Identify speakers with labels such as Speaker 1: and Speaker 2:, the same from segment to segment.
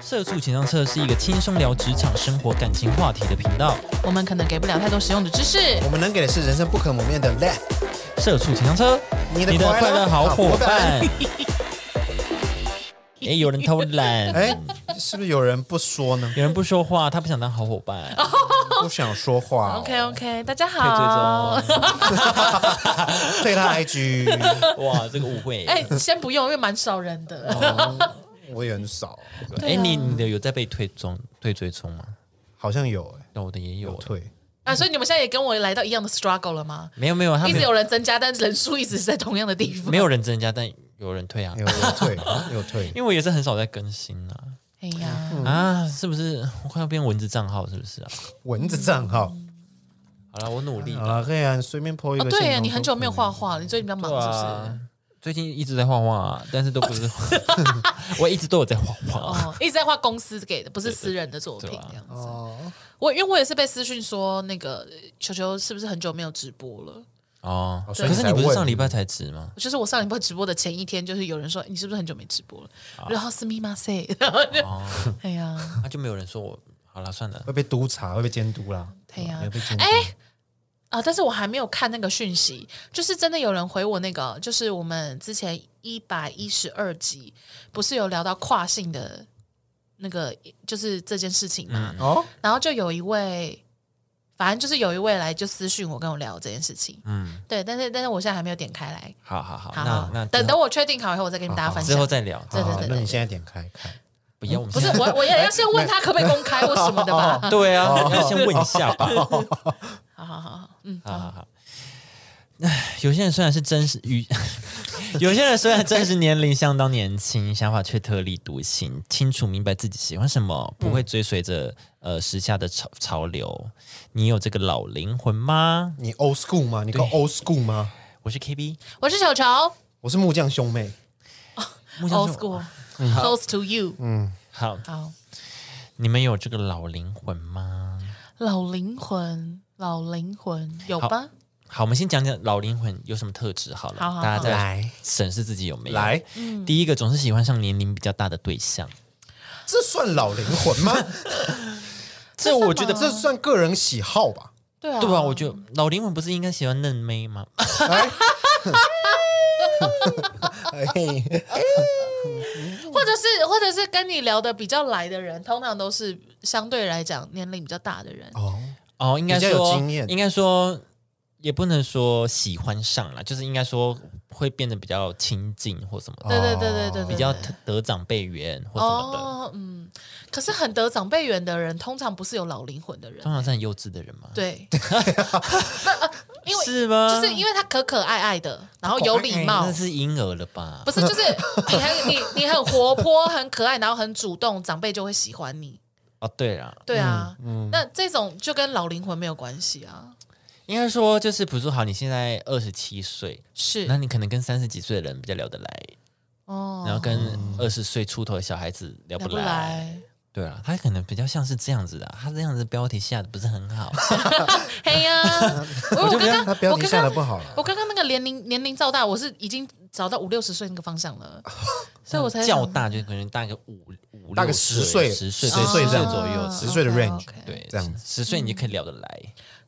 Speaker 1: 社畜情商车是一个轻松聊职场、生活、感情话题的频道。
Speaker 2: 我们可能给不了太多实用的知识。
Speaker 3: 我们能给的是人生不可磨灭的 laugh，
Speaker 1: 社畜情商车，
Speaker 3: 你
Speaker 1: 你
Speaker 3: 的
Speaker 1: 的
Speaker 3: 快
Speaker 1: 快
Speaker 3: 乐
Speaker 1: 乐
Speaker 3: 好
Speaker 1: 好
Speaker 3: 伙
Speaker 1: 伙
Speaker 3: 伴
Speaker 1: 伴。 哎，有人偷懒，
Speaker 3: 哎，是不是有人不说 呢？
Speaker 1: 有人不说话，他不想当好伙伴。
Speaker 3: 不想说话、哦
Speaker 2: OK OK，大家
Speaker 1: 可以追
Speaker 2: 好。
Speaker 1: 踪，
Speaker 3: 对他 IG，
Speaker 1: 哇，这个误会。
Speaker 2: 哎，先不用，因为蛮少人的。
Speaker 3: 我也很少，
Speaker 1: 哎，你你的有在被退踪、退追踪吗？哦
Speaker 3: 好像有哎、
Speaker 1: 那我的也有
Speaker 3: 有，退，
Speaker 2: 啊，所以你们现在也跟我来到一样的 struggle 了吗？
Speaker 1: 没有没有，他
Speaker 2: 一
Speaker 1: 没
Speaker 2: 直
Speaker 1: 有
Speaker 2: 有人增加，但人数一直在同样的地方。
Speaker 1: 没有人增加，但有人退啊。
Speaker 3: 有有哎 退，有退
Speaker 1: 因。为我也是很少在更新啊。
Speaker 2: 哎呀，
Speaker 1: 啊，是不是我快要变蚊子账号？是不是啊？
Speaker 3: 蚊子账号，
Speaker 1: 好了，我努力
Speaker 3: 好
Speaker 1: 了。
Speaker 3: 了，可以啊，你随便 po 一
Speaker 2: 哦
Speaker 3: 个。
Speaker 2: 对呀，你很久没有画，画了，你最近比较忙
Speaker 1: 对
Speaker 2: 是不
Speaker 1: 啊
Speaker 2: 是？，
Speaker 1: 最近一直在画画啊，但是都不是， 我一直都有在画画。
Speaker 2: 哦，一直在画公司给的，不是私人的作品
Speaker 1: 对啊
Speaker 2: 这样子。
Speaker 3: 哦
Speaker 2: 我因为我也是被私讯说，那个球球是不是很久没有直播了？
Speaker 1: 哦，
Speaker 3: 所以
Speaker 1: 可是
Speaker 3: 才
Speaker 1: 你不是
Speaker 3: 问
Speaker 1: 上礼拜才值吗？
Speaker 2: 就是我上一波直播的前一天，就是有人说你是不是很久没直播了？
Speaker 1: 啊
Speaker 2: 然后是密码 say，然 后就、哎呀，
Speaker 1: 哦那就没有人说我。好了，算了，
Speaker 3: 会被督查，会被监督啦。
Speaker 2: 对呀
Speaker 3: 会被监督。
Speaker 2: 哎啊！但是我还没有看那个讯息，就是真的有人回我那个，就是我们之前一百一十二集不是有聊到跨性的那个，就是这件事情
Speaker 1: 嗯
Speaker 2: 嘛。
Speaker 3: 哦，
Speaker 2: 然后就有一位，反正就是有一位来就私讯我跟我聊这件事情，
Speaker 1: 嗯，
Speaker 2: 对，但是但是我现在还没有点开来，
Speaker 1: 好好好，
Speaker 2: 好
Speaker 1: 那
Speaker 2: 好
Speaker 1: 那
Speaker 2: 等等我确定好以后，我再跟你们大家分
Speaker 1: 之
Speaker 2: 享
Speaker 1: 后。再聊。
Speaker 2: 对对
Speaker 3: 好
Speaker 2: 对
Speaker 3: 那
Speaker 2: 对
Speaker 3: 你现在点开看，
Speaker 1: 不要我们
Speaker 2: 不是
Speaker 1: 现在
Speaker 2: 我，我也要先问他可不可以公开或什么的 吧。
Speaker 1: 对啊，
Speaker 2: 哦
Speaker 1: 要先问一下吧。
Speaker 2: 好好好，好嗯，
Speaker 1: 啊好好好。唉，有些人虽然是真实与， 有些人虽然真实年龄相当年轻，想法却特立独行，清楚明白自己喜欢什么，不会追随着、呃时下的潮潮流。你有这个老灵魂吗？
Speaker 3: 你 old school 吗？你够 old school 吗？
Speaker 1: 我是 KB
Speaker 2: 我是球球
Speaker 3: 我是木匠兄妹，
Speaker 1: 木嗯匠说
Speaker 2: ，old school，close to you。
Speaker 1: 好，
Speaker 2: 好，
Speaker 1: 你们有这个老灵魂吗？
Speaker 2: 老灵魂，老灵魂，有
Speaker 1: 好
Speaker 2: 吧？
Speaker 1: 好，我们先讲讲老灵魂有什么特质好了，
Speaker 2: 好好好嗯
Speaker 1: 大家再
Speaker 3: 来
Speaker 1: 审视自己有没有。
Speaker 3: 来，
Speaker 1: 第一个总是喜欢上年龄比较大的对象，
Speaker 3: 这算老灵魂吗？
Speaker 1: 这我觉得
Speaker 3: 这算个人喜好吧？
Speaker 2: 对啊，
Speaker 1: 对啊，我觉得老灵魂不是应该喜欢嫩妹吗？
Speaker 3: 哎哎
Speaker 2: 或者是或者是跟你聊的比较来的人，通常都是相对来讲年龄比较大的人。
Speaker 3: 哦，
Speaker 1: 哦，应该
Speaker 3: 比较有
Speaker 1: 说
Speaker 3: 经验
Speaker 1: 应该说也不能说喜欢上了，就是应该说会变得比较亲近或什么
Speaker 3: 哦
Speaker 1: 的，
Speaker 2: 对对对对对对，
Speaker 1: 比较
Speaker 2: 对
Speaker 1: 得长辈缘或什么的。
Speaker 2: 哦，嗯。可是很得长辈缘的人，通常不是有老灵魂的人
Speaker 1: 通。常是很幼稚的人嘛，，
Speaker 2: 对，呃因为
Speaker 1: 是吗？哦
Speaker 2: 就是因为他可可爱爱的，然后有礼貌
Speaker 1: 那，是婴儿了吧
Speaker 2: 不？是， 就是你很你你很活泼、很可爱，然后很主动，长辈就会喜欢你。
Speaker 1: 哦，对啦，
Speaker 2: 对啊，那这种就跟老灵魂没有关系啊。
Speaker 1: 应该说就是，比如说，好，你现在二十七岁，那
Speaker 2: 是
Speaker 1: 你可能跟三十几岁的人比较聊得来，
Speaker 2: 哦，
Speaker 1: 然后跟二十岁出头的小孩子聊不
Speaker 2: 聊不
Speaker 1: 来。
Speaker 2: 来。
Speaker 1: 对啊，他可能比较像是这样子的啊，他这样子标题下的不是很好。
Speaker 2: 嘿 呀，我
Speaker 3: 就
Speaker 2: 我
Speaker 3: 不要
Speaker 2: 刚
Speaker 3: 他
Speaker 2: 刚
Speaker 3: 标
Speaker 2: 我
Speaker 3: 题
Speaker 2: 刚
Speaker 3: 下的
Speaker 2: 刚
Speaker 3: 不好了。
Speaker 2: 我刚刚那个年龄年龄照大，我是已经找到五六十岁那个方向了，所以我才
Speaker 1: 嗯较大，就可能大个五五
Speaker 3: 大个
Speaker 1: 六
Speaker 3: 10岁
Speaker 1: 十岁
Speaker 3: 10
Speaker 1: 对
Speaker 3: 岁
Speaker 1: 10
Speaker 3: 这样
Speaker 1: 左
Speaker 2: 哦
Speaker 1: 右，
Speaker 3: 10岁的 range
Speaker 2: 对，
Speaker 1: 对，
Speaker 3: 这样子
Speaker 1: 十岁你就可以
Speaker 2: 嗯
Speaker 1: 聊得来，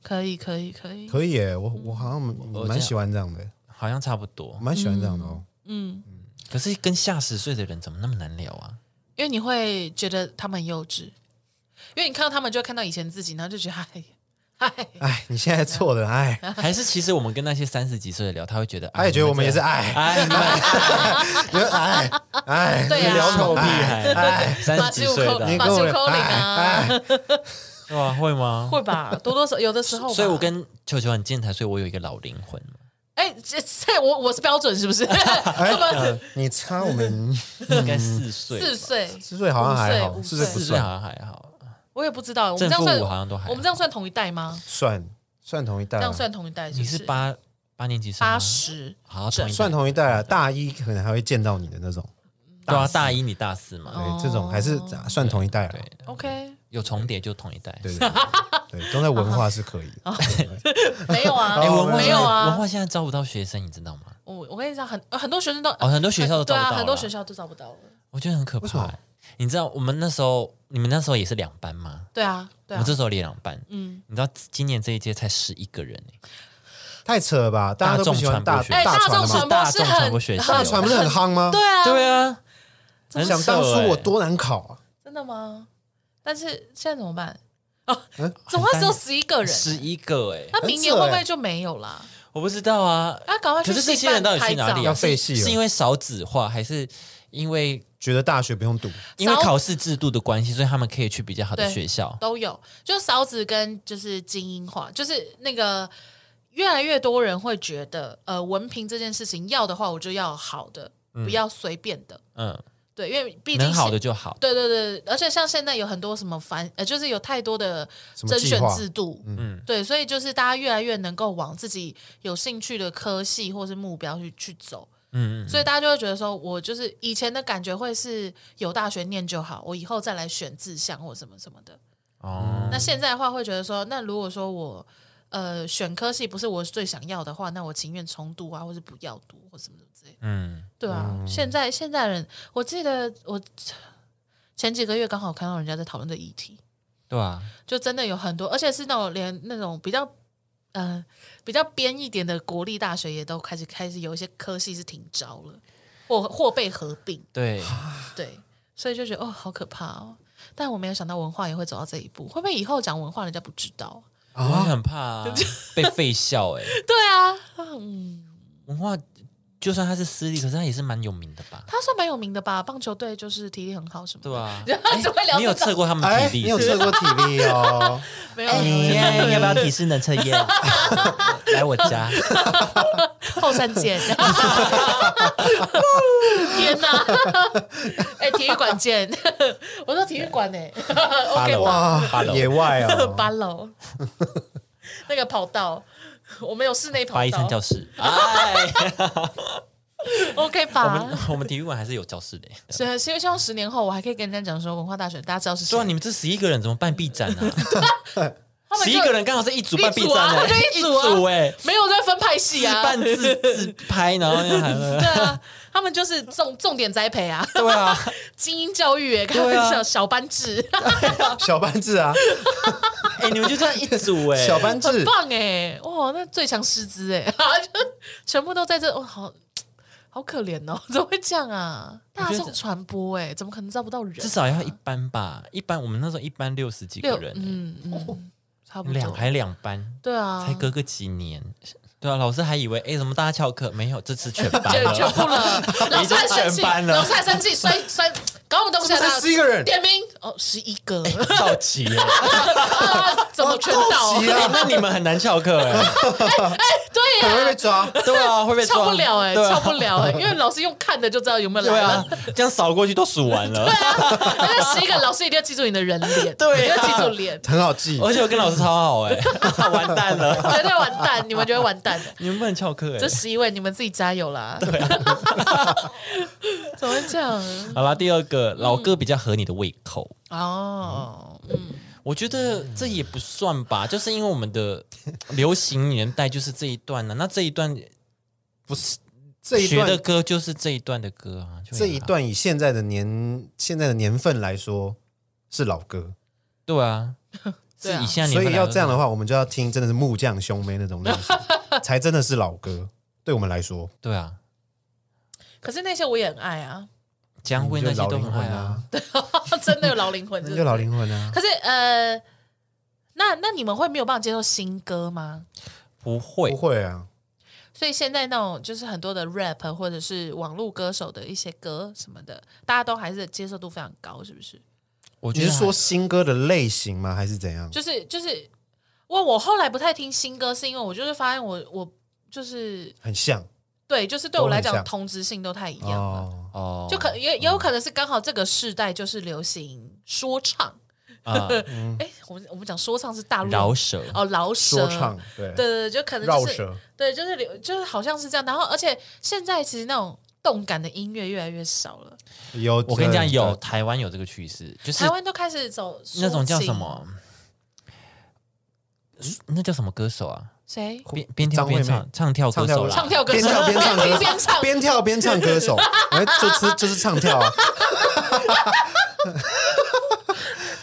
Speaker 2: 可以可以可以，
Speaker 3: 可以耶，我我好像蛮蛮喜欢这样的，
Speaker 1: 好像差不多。
Speaker 3: 蛮喜欢这样的哦。
Speaker 2: 嗯，
Speaker 1: 可是跟下十岁的人怎么那么难聊啊？
Speaker 2: 因为你会觉得他们很幼稚，因为你看到他们就会看到以前自己，然后就觉得哎哎。
Speaker 3: 哎，你现在做的，哎，
Speaker 2: 嗯
Speaker 1: 还是其实我们跟那些三十几岁的聊，他会觉得，
Speaker 3: 他也觉得我们也是
Speaker 2: 啊
Speaker 1: 爱，
Speaker 3: 哎，
Speaker 1: 哎，你们
Speaker 3: 你们哎哎，
Speaker 2: 对啊
Speaker 3: 你 聊
Speaker 1: 臭
Speaker 3: 狗
Speaker 1: 屁
Speaker 3: 屁， 哎
Speaker 1: 孩，三
Speaker 2: 马
Speaker 1: 十几
Speaker 2: 西乌
Speaker 1: 岁
Speaker 2: 扣
Speaker 1: 的
Speaker 3: 你
Speaker 1: 啊，
Speaker 2: 马
Speaker 3: 跟
Speaker 2: 西
Speaker 3: 我哎
Speaker 2: 乌扣零啊，
Speaker 1: 对吧？会吗？
Speaker 2: 会吧，多多少有的时候吧。
Speaker 1: 所以，我跟球球很健谈，所以我有一个老灵魂。
Speaker 2: 哎，这这我我是标准是不是？这 么
Speaker 3: 哎你差我们
Speaker 1: 应该四岁吧，
Speaker 2: 四岁，
Speaker 3: 四岁好像还好，
Speaker 2: 五
Speaker 3: 四
Speaker 2: 岁
Speaker 3: 岁
Speaker 2: 五岁
Speaker 3: 不
Speaker 1: 四岁
Speaker 3: 算
Speaker 1: 好像还好，
Speaker 2: 我也不知道。我们
Speaker 1: 正
Speaker 2: 这样
Speaker 1: 负
Speaker 2: 算
Speaker 1: 五好像都还好
Speaker 2: 我们这样算同一代吗？
Speaker 3: 算算同一代
Speaker 2: 这
Speaker 3: 啊，
Speaker 2: 样算同一代不，
Speaker 1: 你是八八年级生吗
Speaker 2: 八，十，
Speaker 1: 好同一代
Speaker 3: 算同一代啊，大一可能还会见到你的那种，
Speaker 1: 对啊，大一你大四嘛，
Speaker 2: 哦
Speaker 3: 对，这种还是啊算同一代了
Speaker 1: 对。
Speaker 2: OK，
Speaker 1: 有重叠就同一代。
Speaker 3: 对对对，对，中在文化是可 以
Speaker 2: 哦
Speaker 3: 的。
Speaker 2: 没 有啊，
Speaker 1: 哎，文化
Speaker 2: 没有啊，
Speaker 1: 文化现在招不到学生，你知道吗？
Speaker 2: 我我跟你讲，很很多学生都
Speaker 1: 哦很多学校都
Speaker 2: 对
Speaker 1: 找不
Speaker 2: 啊，
Speaker 1: 到
Speaker 2: 很多
Speaker 1: 了
Speaker 2: 学校都找不到了。
Speaker 1: 我觉得很可
Speaker 3: 为什
Speaker 1: 怕
Speaker 3: 么
Speaker 1: 欸。你知道我们那时候，你们那时候也是两班吗？
Speaker 2: 对啊，
Speaker 1: 我
Speaker 2: 对啊
Speaker 1: 们，这时候也两班。
Speaker 2: 嗯，
Speaker 1: 你知道今年这一届才十一个人欸
Speaker 3: 太扯了吧？大家都不喜欢
Speaker 1: 大
Speaker 3: 大
Speaker 1: 众传播学大
Speaker 2: 哎，大众
Speaker 3: 传的吗
Speaker 2: 传播
Speaker 1: 大
Speaker 2: 是
Speaker 1: 众传播
Speaker 2: 很
Speaker 1: 学校欸
Speaker 3: 大
Speaker 2: 很
Speaker 3: 传不是很夯吗？
Speaker 2: 对啊，
Speaker 1: 对啊，很
Speaker 3: 想当初
Speaker 1: 扯欸
Speaker 3: 我多难考啊！
Speaker 2: 真的吗？但是现在怎么办？哦
Speaker 3: 嗯
Speaker 2: 怎么会只有十一个人？
Speaker 1: 十一个哎，
Speaker 2: 那明年会不会就没有啦？
Speaker 1: 我不知道 啊。
Speaker 2: 啊，赶快去
Speaker 1: 可是这
Speaker 2: 戏
Speaker 1: 些人
Speaker 2: 办
Speaker 1: 到底
Speaker 2: 拍
Speaker 1: 去哪
Speaker 2: 照
Speaker 1: 里啊？
Speaker 3: 要废戏了
Speaker 1: 是因为少子化，还是因为
Speaker 3: 觉得大学不用读，
Speaker 1: 因为
Speaker 2: 少
Speaker 1: 考试制度的关系，所以他们可以去比较好的
Speaker 2: 对
Speaker 1: 学校？
Speaker 2: 都有，就勺子跟就是精英化，就是那个越来越多人会觉得，呃，文凭这件事情要的话，我就要好的，不要随便的。
Speaker 1: 嗯，
Speaker 2: 对，因为毕竟
Speaker 1: 能好的
Speaker 2: 现
Speaker 1: 就好。
Speaker 2: 对对对，而且像现在有很多什么繁，呃，就是有太多的
Speaker 3: 什么
Speaker 2: 甄
Speaker 3: 计
Speaker 2: 选
Speaker 3: 划
Speaker 2: 制度，
Speaker 1: 嗯
Speaker 2: 嗯，对，所以就是大家越来越能够往自己有兴趣的科系或是目标去去走，
Speaker 1: 嗯，嗯
Speaker 2: 所以大家就会觉得说，我就是以前的感觉会是有大学念就好，我以后再来选志向或什么什么的。
Speaker 3: 嗯
Speaker 1: 哦，
Speaker 2: 那现在的话会觉得说，那如果说我呃选科系不是我最想要的话，那我情愿重读啊，或是不要读或什么什么之类的。
Speaker 1: 嗯，
Speaker 2: 对啊，现在现在人，我记得我 前几个月刚好看到人家在讨论这议题，
Speaker 1: 对啊，
Speaker 2: 就真的有很多，而且是那种连那种比较。呃，比较边一点的国立大学也都开始开始有一些科系是挺招了，或或被合并，
Speaker 1: 对，
Speaker 2: 对，所以就觉得哦，好可怕哦！但我没有想到文化也会走到这一步，会不会以后讲文化人家不知道？
Speaker 1: 我也很怕 啊被废校哎。
Speaker 2: 对啊，嗯，
Speaker 1: 文化就算他是私立，可是他也是蛮有名的吧？
Speaker 2: 他算蛮有名的吧？棒球队就是体力很好什么的，
Speaker 1: 对吧？
Speaker 2: 吧？只会聊
Speaker 1: 你有
Speaker 2: 这
Speaker 1: 测
Speaker 2: 种，
Speaker 1: 过他们
Speaker 3: 哎，
Speaker 1: 体
Speaker 3: 你
Speaker 1: 力？
Speaker 3: 有测过体力 哦？
Speaker 2: 没有啊
Speaker 1: 哎，要不要体适能测 验？来我家，
Speaker 2: 后 三见。天哪！哎，体育馆见。我说体育馆呢，OK 吧？
Speaker 3: 哇，啊野外 哦，
Speaker 2: 八楼那个跑道，我们有室内跑
Speaker 1: 八一三
Speaker 2: 道
Speaker 1: 教室。 哎，
Speaker 2: ，OK
Speaker 1: 我
Speaker 2: 吧
Speaker 1: 们？我们体育馆还是有教室的。欸
Speaker 2: 所以希望希望十年后我还可以跟人家讲说，文化大学大家知道是谁
Speaker 1: 对啊，，你们这十一个人怎么办啊 B 站呢？
Speaker 2: 他们
Speaker 1: 十
Speaker 2: 就
Speaker 1: 一个人刚好是一组办 B
Speaker 2: 一组
Speaker 1: 站
Speaker 2: 啊
Speaker 1: 呢，
Speaker 2: 他就一组啊
Speaker 1: 哎，
Speaker 2: 没有在分派
Speaker 1: 自
Speaker 2: 系啊，
Speaker 1: 办 自自拍，然后又还
Speaker 2: 对啊，他们就是重重点栽培啊，
Speaker 1: 对啊，
Speaker 2: 精英教育耶，开玩笑， 小班制，
Speaker 3: 小班制啊，
Speaker 1: 哎，你们就这样一组哎，
Speaker 3: 小班
Speaker 2: 很
Speaker 3: 制，
Speaker 2: 棒哎，哇，那最强师资哎， 就全部都在这，哦，好好可怜哦， 怎么会这样啊？
Speaker 1: 觉
Speaker 2: 大
Speaker 1: 得
Speaker 2: 众传播哎，怎么可能招不到人？
Speaker 1: 至少要一班吧，一班我们那时候一班六十几个
Speaker 2: 六，
Speaker 1: 人，
Speaker 2: 嗯嗯，差不
Speaker 1: 两
Speaker 2: 多，
Speaker 1: 还两班，
Speaker 2: 对啊，
Speaker 1: 才隔个几年。对啊，老师还以为哎，怎么大家翘课？没有，这次全班
Speaker 2: 就全
Speaker 1: 了。
Speaker 2: 部 了，老师还生
Speaker 1: 全
Speaker 2: 气，
Speaker 1: 班了
Speaker 2: 老师还生气，摔摔，搞我们东西啊，
Speaker 3: 才十一个人，
Speaker 2: 点名哦，十一个，
Speaker 1: 哎 到齐 了，
Speaker 2: 啊怎么全倒？
Speaker 3: 好
Speaker 1: 哎那你们很难翘课哎，
Speaker 2: 对
Speaker 3: 很会
Speaker 2: 呀
Speaker 3: 被，抓。
Speaker 1: 对啊，会被
Speaker 2: 翘
Speaker 1: 抓
Speaker 2: 不了哎，
Speaker 1: 对啊
Speaker 2: 翘不了哎，因为老师用看的就知道有没有
Speaker 1: 对
Speaker 2: 来
Speaker 1: 啊
Speaker 2: 了。，
Speaker 1: 这样扫过去都数完 了。
Speaker 2: 啊那十一个老师一定要记住你的人脸，
Speaker 1: 对啊
Speaker 2: 一定要记住 脸，
Speaker 3: 很好记，
Speaker 1: 而且我跟老师超好 哎，完蛋了，
Speaker 2: 绝哎对完蛋，你们就会完蛋的。
Speaker 1: 你们不能翘课哎
Speaker 2: 这。十一位，你们自己加油啦！ 对啊，怎么会这样？
Speaker 1: 好啦，第二个老歌比较合你的胃口，
Speaker 2: 哦，嗯，
Speaker 1: 我觉得这也不算吧，就是因为我们的流行年代就是这一段啊呢、那这一段
Speaker 3: 不是这一
Speaker 1: 学的
Speaker 3: 段
Speaker 1: 歌就是这一段的歌啊，就
Speaker 3: 这
Speaker 1: 也
Speaker 3: 一
Speaker 1: 好
Speaker 3: 段以现在的年现在的年份来说是老歌，
Speaker 1: 对啊，是
Speaker 2: 对啊
Speaker 1: 以现在
Speaker 3: 所
Speaker 1: 年份
Speaker 3: 以
Speaker 1: 来
Speaker 3: 要
Speaker 1: 说
Speaker 3: 这样的话，我们就要听真的是木匠兄妹那种类型， 才真的是老歌。对我们来说，
Speaker 1: 对啊，
Speaker 2: 可是那些我也很爱啊，
Speaker 1: 江辉那
Speaker 3: 你
Speaker 1: 些
Speaker 3: 就老
Speaker 1: 都
Speaker 3: 灵
Speaker 1: 很
Speaker 3: 魂
Speaker 1: 爱啊，，
Speaker 2: 真的有老灵魂，
Speaker 3: 那
Speaker 2: 真
Speaker 3: 就
Speaker 2: 的
Speaker 3: 老灵魂啊。
Speaker 2: 可是呃，那那你们会没有办法接受新歌吗？
Speaker 1: 不
Speaker 3: 不
Speaker 1: 会，
Speaker 3: 会啊，
Speaker 2: 所以现在那种就是很多的 rap 或者是网络歌手的一些歌什么的，大家都还是接受度非常高，是不是？
Speaker 1: 我
Speaker 3: 你
Speaker 1: 觉得
Speaker 3: 是说
Speaker 1: 还
Speaker 3: 新歌的类型吗？还是怎样？
Speaker 2: 就是就是，我我后来不太听新歌，是因为我就是发现我我就是
Speaker 3: 很像
Speaker 2: 对，就是对我
Speaker 3: 都很
Speaker 2: 来讲
Speaker 3: 像
Speaker 2: 同质性都太一样了，
Speaker 3: 哦，
Speaker 1: 哦，
Speaker 2: 就可也也有可能是刚好这个世代就是流行说唱，
Speaker 1: 啊
Speaker 2: 哎、我们我们讲说唱是大陆
Speaker 1: 饶舌，
Speaker 2: 哦饶舌
Speaker 3: 说唱对
Speaker 2: 对对对，就可能
Speaker 3: 绕
Speaker 2: 就是
Speaker 3: 舌，
Speaker 2: 对，就是流，就是好像是这样。然后，而且现在其实那种动感的音乐越来越少了，
Speaker 3: 有
Speaker 1: 我跟你讲，有台湾有这个趋势，就是
Speaker 2: 台湾都开始走抒情
Speaker 1: 那种叫什？么，那叫什么歌手啊？
Speaker 2: 谁？
Speaker 1: 边边跳
Speaker 3: 张惠
Speaker 1: 边
Speaker 3: 妹
Speaker 1: 唱唱跳歌
Speaker 3: 唱跳
Speaker 1: 手
Speaker 3: 歌
Speaker 1: 啦，
Speaker 2: 唱跳歌手，
Speaker 3: 边跳边
Speaker 2: 边听边唱，
Speaker 3: 唱歌手边跳边唱歌手，哎，就是就是唱跳啊，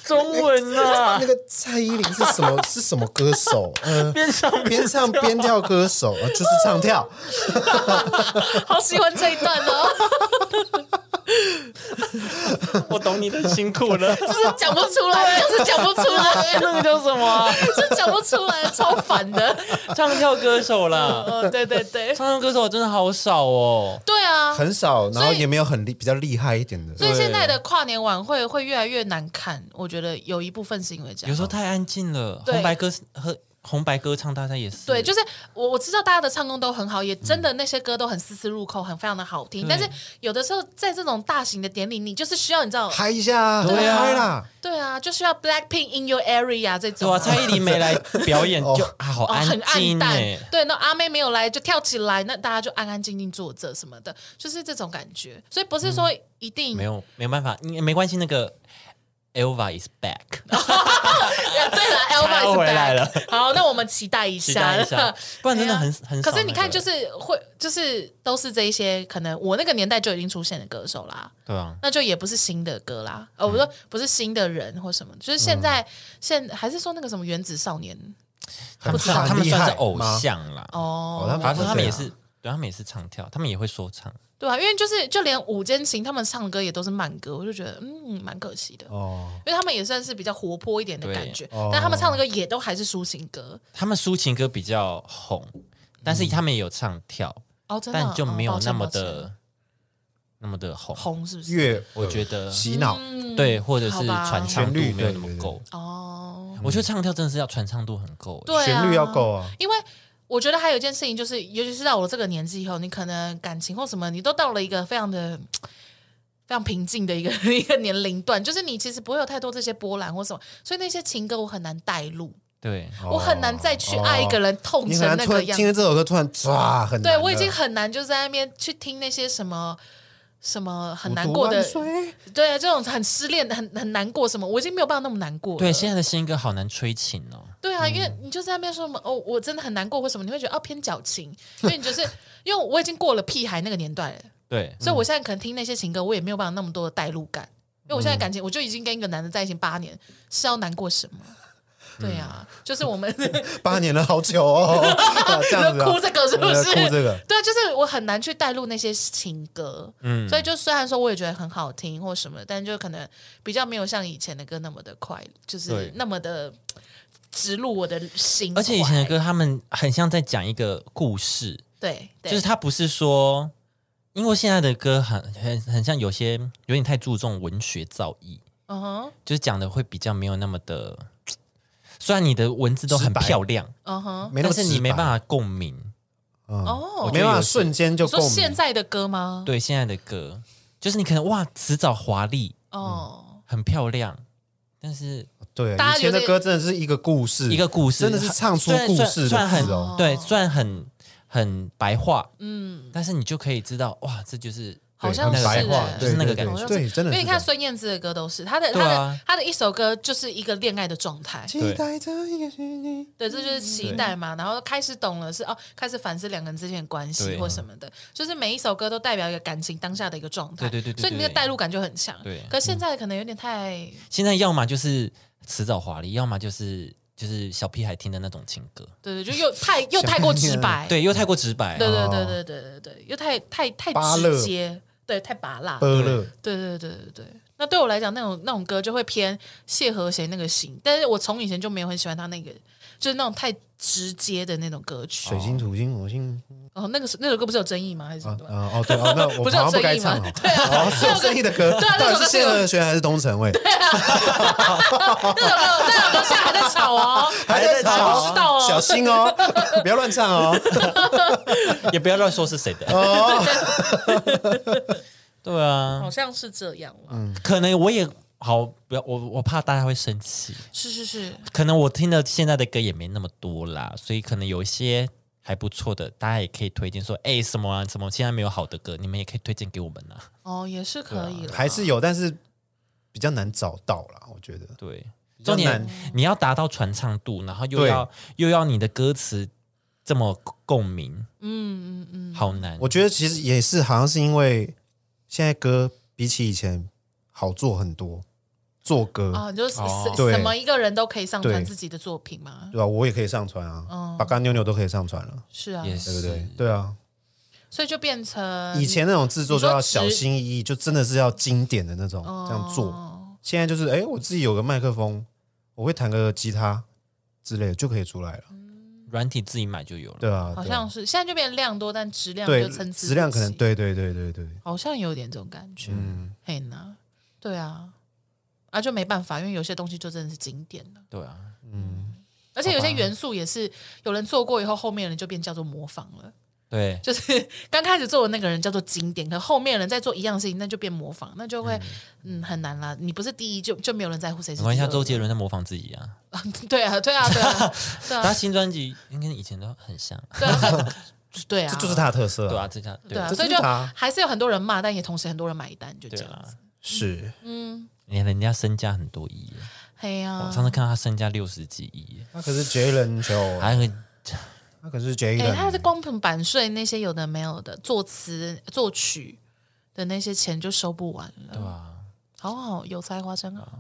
Speaker 1: 中文 啊
Speaker 3: 那，个蔡依林是什么是什么歌手？嗯、
Speaker 1: 边上
Speaker 3: 边唱边跳歌手，呃就是唱跳。
Speaker 2: 哦好喜欢这一段哦，
Speaker 1: 我懂你的辛苦了。
Speaker 2: 就是讲不出来，就是讲不出 来，
Speaker 1: 那个叫什么啊、
Speaker 2: 就讲不出来，超烦 的。
Speaker 1: 唱跳歌手啦，
Speaker 2: 哦，对对对，
Speaker 1: 唱跳歌手真的好少哦。
Speaker 2: 对啊，
Speaker 3: 很少，然后
Speaker 2: 所以
Speaker 3: 也没有很厉比较厉害一点
Speaker 2: 所
Speaker 3: 的。
Speaker 1: 对
Speaker 2: 以现在的跨年晚会会越来越难看，我觉得有一部分是因为这
Speaker 1: 有
Speaker 2: 样。
Speaker 1: 时候太安静了，
Speaker 2: 哦对
Speaker 1: 红白歌和红白歌唱大赛也是。
Speaker 2: 对，就是我我知道大家的唱功都很好，也真的那些歌都很丝丝入扣，很非常的好听。
Speaker 1: 对
Speaker 2: 但是有的时候在这种大型的典礼，你就是需要你知道，
Speaker 3: 嗨一下，
Speaker 1: 对啊
Speaker 3: 嗨啦！
Speaker 2: 对啊，就需要 Blackpink in your area 这
Speaker 1: 对
Speaker 2: 种、
Speaker 1: 啊，蔡依林没来表 演就、
Speaker 3: 哦
Speaker 1: 啊好
Speaker 2: 哦，很
Speaker 1: 安
Speaker 2: 暗
Speaker 1: 静哎、
Speaker 2: 淡，对。那阿妹没有来就跳起来，那大家就安安静静坐着什么的，就是这种感觉。所以不是说一定、
Speaker 1: 嗯没有没有办法，嗯没关系，那个 Elva is back，
Speaker 2: 哦对了
Speaker 1: 他又
Speaker 2: ，Elva
Speaker 1: 回
Speaker 2: 是
Speaker 1: 来
Speaker 2: back
Speaker 1: 了。
Speaker 2: 好，那我们期待一
Speaker 1: 期待
Speaker 2: 下。
Speaker 1: 一下，不然真的很、很少那个。
Speaker 2: 哎可是你看，就是会，就是都是这一些，可能我那个年代就已经出现的歌手啦，
Speaker 1: 对啊，
Speaker 2: 那就也不是新的歌啦。呃，我说不是新的人或什么，就是
Speaker 1: 嗯
Speaker 2: 现在、现还是说那个什么原子少年
Speaker 3: 很
Speaker 1: 不知道
Speaker 3: 很
Speaker 1: 他们
Speaker 3: 厉
Speaker 1: 算是
Speaker 3: 害
Speaker 1: 偶
Speaker 3: 吗，
Speaker 1: 像啦。
Speaker 2: 哦
Speaker 3: 哦，他们
Speaker 1: 反正他们
Speaker 3: 对啊
Speaker 1: 也是，对他们也是唱跳，他们也会说唱。
Speaker 2: 对啊，因为就是就连午间情他们唱歌也都是慢歌，我就觉得嗯蛮可惜的。
Speaker 3: 哦，
Speaker 2: 因为他们也算是比较活泼一点的感觉，
Speaker 3: 对哦
Speaker 2: 但他们唱的歌也都还是抒情歌
Speaker 1: 他们抒情歌比较红，但
Speaker 3: 嗯
Speaker 1: 是他们也有唱跳，
Speaker 2: 哦，真的啊，
Speaker 1: 但就没有
Speaker 2: 哦抱歉
Speaker 1: 那么
Speaker 2: 抱歉
Speaker 1: 的那么的红。
Speaker 2: 红，是不是？
Speaker 3: 乐
Speaker 1: 我觉得
Speaker 3: 洗脑
Speaker 2: 嗯
Speaker 1: 对，或者
Speaker 2: 好
Speaker 1: 是
Speaker 2: 吧
Speaker 1: 传唱
Speaker 3: 旋
Speaker 1: 度
Speaker 3: 律
Speaker 1: 没有那
Speaker 3: 对
Speaker 1: 么
Speaker 3: 对嗯对
Speaker 1: 够。
Speaker 2: 哦，
Speaker 1: 我觉得唱跳真的是要传唱度很够、欸。
Speaker 2: 对、啊，
Speaker 3: 旋律要够啊，
Speaker 2: 因为我觉得还有一件事情，就是尤其是到我这个年纪以后，你可能感情或什么，你都到了一个非常的。非常平静的一个 一个年龄段，就是你其实不会有太多这些波澜或什么，所以那些情歌我很难带入，
Speaker 1: 对
Speaker 2: 我很难再去爱一个人痛
Speaker 3: 你
Speaker 2: 成
Speaker 3: 很难
Speaker 2: 那
Speaker 3: 突
Speaker 2: 个
Speaker 3: 然
Speaker 2: 样
Speaker 3: 今天这首歌突然唰很难
Speaker 2: 对
Speaker 3: 了，
Speaker 2: 我已经很难就在那边去听那些什么什么很
Speaker 3: 我
Speaker 2: 难
Speaker 3: 读
Speaker 2: 过
Speaker 3: 万
Speaker 2: 的，
Speaker 3: 岁
Speaker 2: 对啊，这种很失恋、很很难过什么，我已经没有办法那么难过了。
Speaker 1: 对，现在的新歌好难吹情哦。
Speaker 2: 对啊，因为你就在那边说什么哦，我真的很难过或什么，你会觉得哦偏矫情，因为你就是因为我已经过了屁孩那个年代了，
Speaker 1: 对，
Speaker 2: 所以我现在可能听那些情歌，我也没有办法那么多的代入感。因为我现在感情，我就已经跟一个男的在一起八年，是要难过什么？对啊，就是我们
Speaker 3: 八年了，好久哦， 这样子啊
Speaker 2: 哭这个是不是？
Speaker 3: 哭这个
Speaker 2: 对啊，就是我很难去带入那些情歌，嗯，所以就虽然说我也觉得很好听或什么，但就可能比较没有像以前的歌那么的快，就是
Speaker 1: 对
Speaker 2: 那么的植入我的心怀。
Speaker 1: 而且以前的歌，他们很像在讲一个故事，
Speaker 2: 对，对，
Speaker 1: 就是他不是说，因为现在的歌很很很像有些有点太注重文学造诣，
Speaker 2: 嗯哼，
Speaker 1: 就是讲的会比较没有那么的，虽然你的文字都很
Speaker 3: 直白
Speaker 1: 漂亮，
Speaker 2: 嗯哼，
Speaker 3: 没那
Speaker 1: 但
Speaker 3: 么
Speaker 1: 是你没办
Speaker 3: 法，
Speaker 1: 法共鸣。
Speaker 3: 嗯，
Speaker 2: 哦，
Speaker 3: 没办
Speaker 1: 我觉得
Speaker 3: 法
Speaker 1: 有些
Speaker 3: 瞬间就
Speaker 2: 你说
Speaker 3: 共
Speaker 2: 现
Speaker 3: 鸣。
Speaker 2: 在的歌吗？
Speaker 1: 对现在的歌，就是你可能哇辞藻华丽，
Speaker 2: 哦，
Speaker 1: 很漂亮，但是
Speaker 3: 对，
Speaker 2: 大家
Speaker 3: 以前的
Speaker 2: 有点
Speaker 3: 歌真的是一个故事，
Speaker 1: 一个故事
Speaker 3: 真的是唱出
Speaker 1: 虽然
Speaker 3: 故
Speaker 1: 虽然
Speaker 3: 事
Speaker 1: 虽
Speaker 3: 的
Speaker 1: 然很
Speaker 3: 字哦。
Speaker 1: 对，虽然很很白话，
Speaker 2: 嗯，
Speaker 1: 但是你就可以知道哇，这就是
Speaker 2: 好像
Speaker 1: 那
Speaker 2: 是
Speaker 1: 个
Speaker 3: 白话
Speaker 2: 欸，
Speaker 1: 就是那个感
Speaker 3: 对
Speaker 1: 觉。
Speaker 2: 觉
Speaker 3: 对对，真
Speaker 2: 因
Speaker 3: 的是这样。
Speaker 2: 为你看孙燕姿的歌都是她的，
Speaker 1: 对
Speaker 2: 她
Speaker 1: 啊
Speaker 2: 的她的一首歌就是一个恋爱的状态，
Speaker 1: 对
Speaker 3: 期待着一个虚 拟，
Speaker 2: 对，这就是期待嘛。然后开始懂了是哦，开始反思两个人之间的关系
Speaker 1: 对啊
Speaker 2: 或什么的，就是每一首歌都代表一个感情当下的一个状态，
Speaker 1: 对对对对
Speaker 2: 所以你的代入感就很强。
Speaker 1: 对
Speaker 2: 可是现在可能有点太，
Speaker 1: 现在要么就是辞藻华丽，要么就是就是小屁孩听的那种情歌，
Speaker 2: 对对，就又太又太过直白，
Speaker 1: 嗯对，又太过直白。
Speaker 2: 哎对对对对对对对，又太太太
Speaker 3: 芭乐
Speaker 2: 直接，对，太拔辣，
Speaker 3: 波乐
Speaker 2: 对对对对对。那对我来讲，那种那种歌就会偏谢和弦那个型，但是我从以前就没有很喜欢他那个，就是那种太直接的那种歌曲。
Speaker 3: 水星、土星、火星
Speaker 2: 哦，那个是那首歌不是有争议吗？还是什
Speaker 3: 啊
Speaker 2: 么的吗？
Speaker 3: 啊哦对哦，那我
Speaker 2: 不是有
Speaker 3: 好像不该
Speaker 2: 正义吗啊
Speaker 3: 唱 哦，哦是有正义的歌，
Speaker 2: 对啊那
Speaker 3: 到
Speaker 2: 首歌
Speaker 3: 底是
Speaker 2: 是
Speaker 3: 谢
Speaker 2: 有
Speaker 3: 和弦还是东城卫？
Speaker 2: 那首歌，那首歌现在还在吵哦，
Speaker 3: 哦 还在吵
Speaker 2: 我不知道哦
Speaker 3: 小心哦， 不要乱唱哦。
Speaker 1: 也不要乱说是谁的。对啊，
Speaker 2: 好像是这样啦。
Speaker 3: 嗯
Speaker 1: 可能我也好，不要我我怕大家会生气。
Speaker 2: 是是是，
Speaker 1: 可能我听的现在的歌也没那么多啦，所以可能有一些还不错的，大家也可以推荐说，哎、什么啊什么，现在没有好的歌，你们也可以推荐给我们啊。
Speaker 2: 哦，也是可以了。
Speaker 3: 啊还是有，但是比较难找到啦，我觉得。
Speaker 1: 对，
Speaker 3: 较
Speaker 1: 重点
Speaker 3: 难
Speaker 1: 你要达到传唱度，然后又
Speaker 3: 对
Speaker 1: 要又要你的歌词这么共鸣，
Speaker 2: 嗯嗯嗯，
Speaker 1: 好难。
Speaker 3: 我觉得其实也是，好像是因为现在歌比起以前好做很多，做歌，
Speaker 2: 啊，就是什、
Speaker 1: 哦
Speaker 3: 对
Speaker 2: 什么一个人都可以上传
Speaker 3: 对
Speaker 2: 自己的作品吗？
Speaker 3: 对吧、我也可以上传
Speaker 2: 哦
Speaker 3: 啊，把干妞妞都可以上传了，
Speaker 2: 是啊，
Speaker 1: 也
Speaker 3: 对
Speaker 1: 是
Speaker 3: 不对？对啊，
Speaker 2: 所以就变成
Speaker 3: 以前那种制作就
Speaker 2: 呃你说
Speaker 3: 要小
Speaker 2: 直
Speaker 3: 心翼翼，就真的是要经典的那种这样做。
Speaker 2: 哦
Speaker 3: 现在就是，哎，我自己有个麦克风，我会弹个吉他之类的，就可以出来了。
Speaker 1: 软体自己买就有了。
Speaker 3: 对啊，
Speaker 2: 嗯好
Speaker 3: 对啊
Speaker 2: 像是现在就变量多，但质量就参
Speaker 3: 对
Speaker 2: 差不齐
Speaker 3: 质量可能对对对对对，
Speaker 2: 好像有点这种感觉。
Speaker 3: 嗯，
Speaker 2: 嘿呐，对啊，啊就没办法，因为有些东西就真的是经典了，
Speaker 1: 对啊，
Speaker 2: 而且有些元素也是有人做过以后，后面人就变叫做模仿了。
Speaker 1: 对，
Speaker 2: 就是 刚开始做的那个人叫做经典，可后面人在做一样事情，那就变模仿，那就会嗯很难啦。你不是第一就就没有人在乎谁是
Speaker 1: 没关
Speaker 2: 第
Speaker 1: 系啊，
Speaker 2: 二。
Speaker 1: 周杰伦在模仿自己啊，
Speaker 2: 对啊，对啊，对啊，对
Speaker 1: 他
Speaker 2: 啊，
Speaker 1: 新专辑应该以前都很像，
Speaker 2: 对啊，对啊，
Speaker 3: 这就是他的特色
Speaker 1: 对啊，
Speaker 3: 啊，
Speaker 1: 这家对
Speaker 2: 对啊，
Speaker 3: 这
Speaker 2: 所以
Speaker 3: 就是
Speaker 2: 就
Speaker 3: 他
Speaker 2: 还是有很多人骂，但也同时很多人买单，就这
Speaker 1: 对
Speaker 2: 样
Speaker 1: 啊
Speaker 2: 子。，
Speaker 3: 是
Speaker 1: 连人家身家很多亿耶，
Speaker 2: 嘿呀、
Speaker 1: 我哦上次看到他身家六十几亿耶，
Speaker 3: 他可是 Jalen 球，
Speaker 1: 还很
Speaker 3: 他可是
Speaker 2: 哎、他的
Speaker 3: Jalen，
Speaker 2: 光谱版税那些有的没有的，作词作曲的那些钱就收不完了。
Speaker 1: 对啊，
Speaker 2: 好好，有才华真好，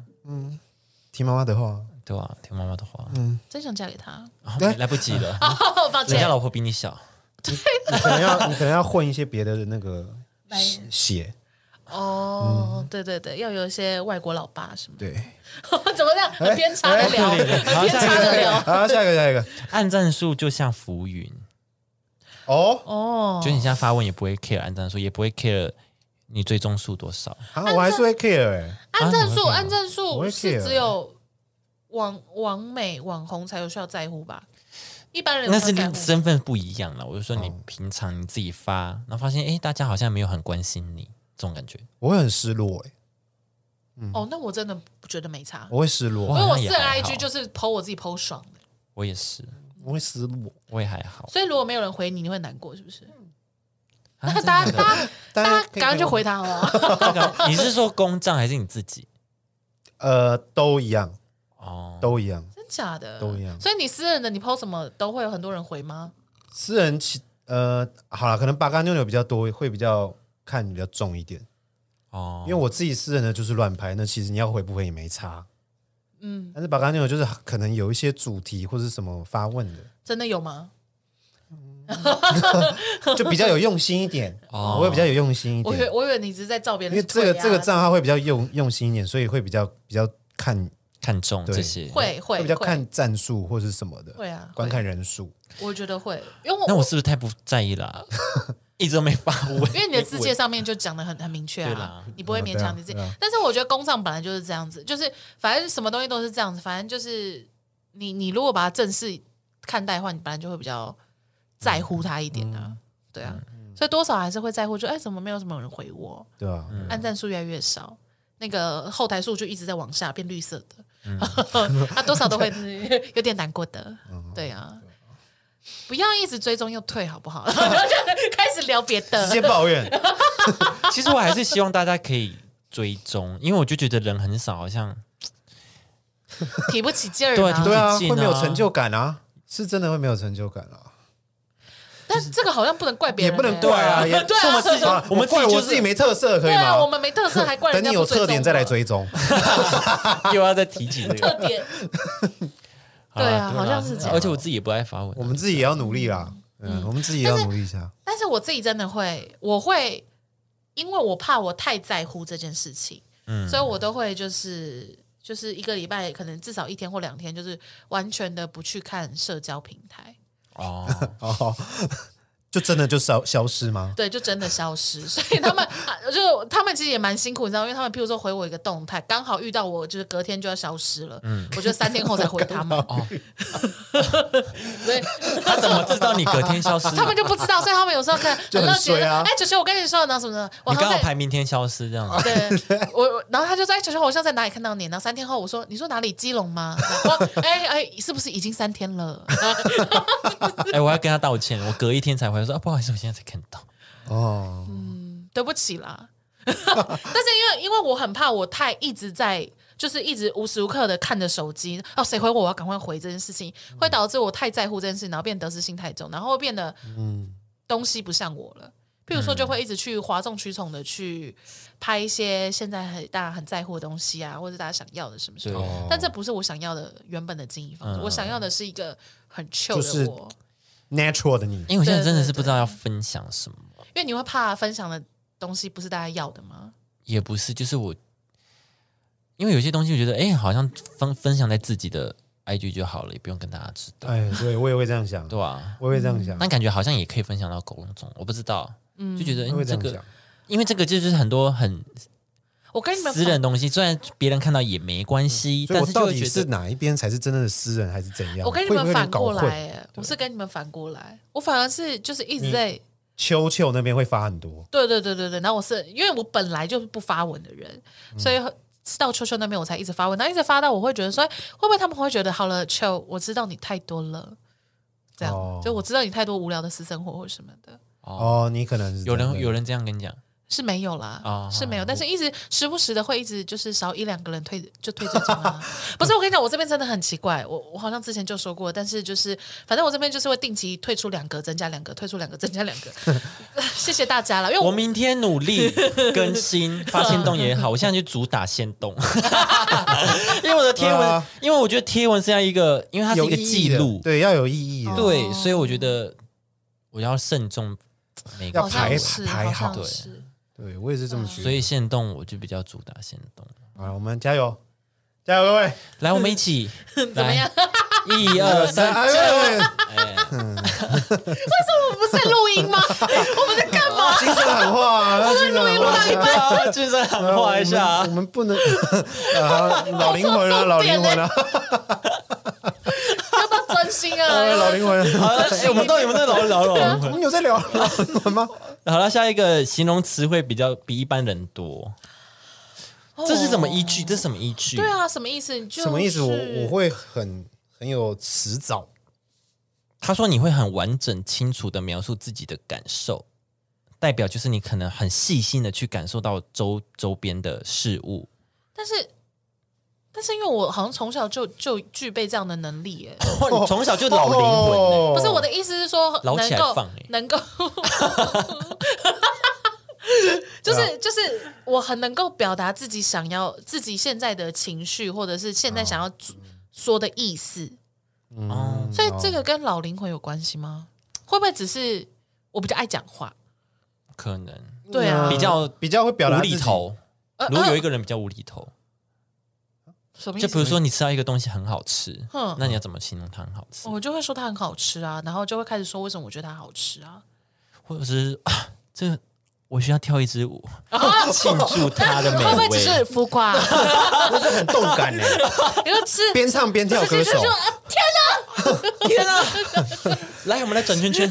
Speaker 3: 听妈妈的话，
Speaker 1: 对啊，听妈妈的话，
Speaker 3: 嗯
Speaker 2: 真想嫁给他。
Speaker 1: 啊没来不及了，
Speaker 2: 哦，抱
Speaker 1: 人家
Speaker 2: 歉，
Speaker 1: 老婆比你小，
Speaker 3: 你可能要 你可能要混一些别的那个
Speaker 2: 来
Speaker 3: 血，
Speaker 2: 哦、
Speaker 1: 嗯
Speaker 2: 对对对，要有一些外国老爸什么的，
Speaker 3: 对。
Speaker 2: 怎么这
Speaker 1: 哎
Speaker 2: 样？很偏差的聊，很偏差的聊。
Speaker 3: 好，下一个下一个
Speaker 1: 按赞数就像浮云，
Speaker 3: 哦，
Speaker 2: 哦
Speaker 1: 就，你现在发问也不会 care 按赞数，也不会 care 你追踪数多少，
Speaker 3: 啊，我还是会 care 哎，
Speaker 2: 按赞
Speaker 1: 你会
Speaker 2: 数，
Speaker 1: 看啊
Speaker 2: 按赞
Speaker 3: 我
Speaker 2: 数
Speaker 3: 会
Speaker 2: 是
Speaker 3: care
Speaker 2: 只有网网美网红才有需要在乎吧？一般人
Speaker 1: 那
Speaker 2: 不
Speaker 1: 是
Speaker 2: 要在乎
Speaker 1: 身份不一样了。我就说你平常你自己发，然后发现哎，大家好像没有很关心你，这种感觉。
Speaker 3: 我会很失落哎，
Speaker 2: 哦，那我真的不觉得没差，
Speaker 3: 我会失落，
Speaker 2: 因
Speaker 1: 哇
Speaker 2: 为
Speaker 1: 哦
Speaker 2: 我
Speaker 1: 那也
Speaker 2: 私人
Speaker 1: 还好
Speaker 2: IG 就是 PO 我自己 PO 爽的，
Speaker 1: 我也是，
Speaker 3: 我会失落，
Speaker 1: 我也还 好。
Speaker 2: 所以如果没有人回你，你会难过是不是？
Speaker 3: 嗯
Speaker 1: 啊
Speaker 2: 那大家
Speaker 1: 真的假
Speaker 2: 大家大家
Speaker 3: 可以
Speaker 2: 赶快去回
Speaker 3: 给
Speaker 2: 他好哦不好？
Speaker 1: 的 大家，你是说公账还是你自己？
Speaker 3: 我，呃，都一样，
Speaker 1: 哦，
Speaker 3: 都一样，
Speaker 2: 真假的
Speaker 3: 都一样
Speaker 2: 所以你私人的你 PO 什么都会有很多人回吗？
Speaker 3: 私人其呃，好了，可能八嘎妞妞比较多，会比较看比较重一点，
Speaker 1: 哦
Speaker 3: 因为，我自己私人的就是乱拍，那其实你要回不回也没差，
Speaker 2: 嗯，
Speaker 3: 但是八嘎妞妞就是可能有一些主题或是什么发问的，
Speaker 2: 真的有吗？
Speaker 3: 就比较有用心一点，
Speaker 1: 哦
Speaker 3: 我会比较有用心一
Speaker 2: 我以为
Speaker 3: 点，
Speaker 2: 我以为你只是在啊照别
Speaker 3: 因
Speaker 2: 人、啊
Speaker 3: 为这个这个。账号会比较用用心一点，所以会比较比较看
Speaker 1: 看重
Speaker 3: 对
Speaker 1: 这些。
Speaker 2: 会会
Speaker 3: 会比较看战术或是什么的，
Speaker 2: 会啊会
Speaker 3: 观看人数。
Speaker 2: 我觉得会，因为我
Speaker 1: 那我是不是太不在意了 啊、一直都没发问，
Speaker 2: 因为你的字界上面就讲的很很明确
Speaker 1: 对
Speaker 2: 啊
Speaker 1: 啦，
Speaker 2: 你不会勉强你自己。
Speaker 3: 对啊对啊
Speaker 2: 但是我觉得工厂本来就是这样子，就是反正什么东西都是这样子，反正就是你你如果把它正式看待的话，你本来就会比较在乎它一点啊，
Speaker 3: 嗯
Speaker 2: 对啊，所以多少还是会在乎，就哎怎么没有什么人回我，
Speaker 3: 对啊，
Speaker 2: 按赞数越来越少。那个后台数就一直在往下变绿色的，
Speaker 3: 嗯
Speaker 2: 啊，多少都会有点难过的，
Speaker 3: 嗯
Speaker 2: 对啊，不要一直追踪又退好不好？ 开始聊别的，
Speaker 3: 直接抱 怨，
Speaker 1: 啊 其实我还是希望大家可以追踪，因为我就觉得人很少，好像
Speaker 2: 提不起劲儿
Speaker 1: 对啊
Speaker 2: 嘛。
Speaker 1: 提不
Speaker 3: 对啊，
Speaker 1: 自己
Speaker 3: 会
Speaker 1: 进啊
Speaker 3: 没有成就感啊，是真的会没有成就感啊，
Speaker 2: 但这个好像不能怪别
Speaker 3: 也
Speaker 2: 人、
Speaker 3: 不能
Speaker 2: 欸
Speaker 3: 怪啊，
Speaker 1: 对
Speaker 3: 也
Speaker 1: 啊
Speaker 2: 对啊
Speaker 3: 是我们自己
Speaker 1: 啊，
Speaker 3: 我们 怪
Speaker 1: 我们自己就
Speaker 3: 我
Speaker 1: 是
Speaker 3: 自己没特色，可以
Speaker 2: 对啊，我
Speaker 3: 吗？
Speaker 2: 们没特色还怪人
Speaker 3: 等
Speaker 2: 家
Speaker 3: 你
Speaker 2: 不
Speaker 3: 有
Speaker 2: 追踪
Speaker 3: 特点再来
Speaker 2: 我
Speaker 3: 追踪，
Speaker 1: 又要再提起这
Speaker 2: 特
Speaker 1: 个。
Speaker 2: 点。
Speaker 1: 好啦
Speaker 2: 对啊
Speaker 1: 啦
Speaker 2: 好像是这样
Speaker 1: 而且我自己也不爱发 文，啊
Speaker 3: 我们自己也要努力啦。嗯，我们自己也要努力一下。
Speaker 2: 但是我自己真的会，我会，因为我怕我太在乎这件事情，
Speaker 1: 嗯
Speaker 2: 所以我都会就是就是一个礼拜可能至少一天或两天，就是完全的不去看社交平台。
Speaker 1: 哦，
Speaker 3: 哦， 就真的就消消失吗？
Speaker 2: 对，就真的消失。所以他们啊就他们其实也蛮辛苦，你知道，因为他们譬如说回我一个动态，刚好遇到我，就是隔天就要消失了。
Speaker 1: 嗯
Speaker 2: 我觉得三天后才回 他们，所以
Speaker 1: 他怎么知道你隔天消失？
Speaker 2: 他们就不知道，所以他们有时候看
Speaker 3: 就很
Speaker 2: 乐极
Speaker 3: 衰啊
Speaker 2: 哎，九九，我跟你说，然后什么的，我
Speaker 1: 你
Speaker 2: 好
Speaker 1: 刚好
Speaker 2: 像在
Speaker 1: 排明天消失这样子，
Speaker 2: 对，我我然后他就说，哎，九九，我好像在哪里看到你，然后三天后我说，你说哪里？基隆吗？我哎哎，是不是已经三天了？
Speaker 1: 哎，我要跟他道歉，我隔一天才回来说啊，不好意思，我现在才看到。
Speaker 3: 哦，
Speaker 2: 对不起啦。 但是因为因为我很怕我太一直在。就是一直无时无刻的看着手机，哦，谁回我，我要赶快回这件事情，会导致我太在乎这件事，然后变得得失心太重，然后变得嗯，东西不像我了。譬如说，就会一直去哗众取宠的去拍一些现在很大家很在乎的东西啊，或者大家想要的什么什
Speaker 1: 对
Speaker 2: 么。嗯但这不是我想要的原本的经营方式，我想要的是一个很 chill
Speaker 3: 就是
Speaker 2: 的我，
Speaker 3: natural 的你，
Speaker 1: 因为我现在真的是
Speaker 2: 对对对
Speaker 1: 不知道要分享什么，
Speaker 2: 因为你会怕分享的东西不是大家要的吗？
Speaker 1: 也不是，就是我，因为有些东西我觉得，哎，好像分分享在自己的 IG 就好了，也不用跟大家知道，
Speaker 3: 哎，对我也会这样想，
Speaker 1: 对吧？
Speaker 3: 我也会这样想，
Speaker 1: 但感觉好像也可以分享到公众，我不知道，就觉得
Speaker 3: 我
Speaker 1: 嗯
Speaker 3: 会这
Speaker 1: 这
Speaker 3: 样
Speaker 1: 个
Speaker 3: 想，，
Speaker 1: 因为这个就是很多很
Speaker 2: 我跟你们
Speaker 1: 私人的东西，虽然别人看到也没关系，
Speaker 3: 嗯所以
Speaker 1: 但
Speaker 3: 我
Speaker 1: 是就
Speaker 3: 到
Speaker 1: 会
Speaker 3: 底
Speaker 1: 觉
Speaker 3: 是
Speaker 1: 得
Speaker 3: 哪一边才是真正的私人，还是怎样？
Speaker 2: 我跟你
Speaker 3: 会不会
Speaker 2: 们
Speaker 3: 有点
Speaker 2: 反
Speaker 3: 搞
Speaker 2: 过来、
Speaker 3: 混？
Speaker 2: 欸，我是跟你们反过来，我反而是就是一直在。
Speaker 3: 秋秋那边会发很多，
Speaker 2: 对对对对对，然后我是因为我本来就是不发文的人，
Speaker 3: 嗯
Speaker 2: 所以是到秋秋那边我才一直发文，然后一直发到我会觉得说，哎会不会他们会觉得好了，秋，我知道你太多了，这样、
Speaker 3: 哦
Speaker 2: 就我知道你太多无聊的私生活或什么的，
Speaker 3: 哦，你可能是
Speaker 1: 有人有
Speaker 3: 人
Speaker 1: 人这样跟你讲，
Speaker 2: 是没有啦，
Speaker 1: 哦
Speaker 2: 是没有，但是一直时不时的会一直就是少一两个人退就退追踪 啊。不是，我跟你讲，我这边真的很奇怪，我我好像之前就说过，但是就是反正我这边就是会定期退出两个，增加两个，退出两个，增加两个， 谢谢大家了，因为
Speaker 1: 我
Speaker 2: 我
Speaker 1: 明天努力更新，发现动也好，我现在就主打限动， 因为我的贴
Speaker 3: 对
Speaker 1: 文
Speaker 3: 啊，
Speaker 1: 因为我觉得贴文是要一个，因为它是
Speaker 3: 有
Speaker 1: 一个
Speaker 3: 意义
Speaker 1: 记
Speaker 3: 的
Speaker 1: 录，
Speaker 3: 对，要有意义的，
Speaker 1: 对，所以我觉得我要慎重每个
Speaker 3: 要
Speaker 2: 好像
Speaker 3: 排
Speaker 2: 是
Speaker 3: 排
Speaker 2: 好
Speaker 3: 好
Speaker 2: 像
Speaker 3: 啊
Speaker 1: 对
Speaker 2: 是。
Speaker 3: 对我也是这么觉
Speaker 1: 所
Speaker 3: 得。
Speaker 1: 以限动我就比较主打限动。
Speaker 3: 好了，我们加油，加油，各位，
Speaker 1: 来，我们一起怎
Speaker 2: 怎么样？？
Speaker 1: 一二三，
Speaker 3: 哎哎哎
Speaker 2: 我们不是在录音吗？ 我们在干嘛？
Speaker 3: 精神喊话啊，要精神喊话啊。
Speaker 1: 俊生喊话一下
Speaker 3: 我
Speaker 1: 啊
Speaker 3: 们，我们不能啊，老灵魂了，
Speaker 2: 重点
Speaker 3: 老灵魂了，
Speaker 2: 要不要专心
Speaker 3: 哎 老
Speaker 2: 啊？
Speaker 3: 灵魂了。
Speaker 1: 好了，哎，我们到底有没有在聊聊了？
Speaker 3: 我们有在聊老灵魂吗？
Speaker 1: 好了，下一个形容词汇比较比一般人多，这是什么依据？这是什么依据？
Speaker 2: 哦对啊，什么意思？你就是
Speaker 3: 什么意思？我我会很很有迟
Speaker 1: 哦
Speaker 3: 早，
Speaker 1: 他说你会很完整、清楚的描述自己的感受，代表就是你可能很细心的去感受到周周边的事 物。
Speaker 2: 但是但是因为我好像从小就就具备这样的能力耶。
Speaker 1: 哇你从小就老灵魂欸、
Speaker 3: 哦
Speaker 2: 不是我的意思是说，
Speaker 1: 捞起
Speaker 2: 能
Speaker 1: 来
Speaker 2: 够
Speaker 1: 放欸
Speaker 2: 能够，
Speaker 1: 啊
Speaker 2: 就是就是我很能够表达自己想要自己现在的情绪，或者是现在想要主说的意思。
Speaker 1: 嗯
Speaker 3: 嗯
Speaker 1: 哦
Speaker 2: 所以这个跟老灵魂有关系吗？会不会只是我比较爱讲话？
Speaker 1: 可能
Speaker 2: 对啊，
Speaker 1: 比较
Speaker 3: 嗯比较会表达
Speaker 1: 无
Speaker 3: 自己
Speaker 1: 厘，头。
Speaker 2: 呃
Speaker 1: 如果有一
Speaker 2: 呃
Speaker 1: 个人比较无厘头，
Speaker 2: 什么意
Speaker 1: 就
Speaker 2: 思？
Speaker 1: 比如说你吃到一个东西很好吃，
Speaker 2: 哼哦
Speaker 1: 那你要怎么形容它很好吃？
Speaker 2: 我就会说它很好吃啊，然后就会开始说为什么我觉得它好吃啊。
Speaker 1: 或者是啊，这个我需要跳一 支舞庆祝它的
Speaker 2: 会
Speaker 1: 美
Speaker 2: 不会只是
Speaker 1: 味。
Speaker 2: 浮 夸？
Speaker 3: 我是很动 感的，
Speaker 2: 你就吃，
Speaker 3: 边唱边跳歌
Speaker 2: 就
Speaker 3: 手
Speaker 2: 说，啊
Speaker 1: 天啊！ 来，我们来转圈 圈，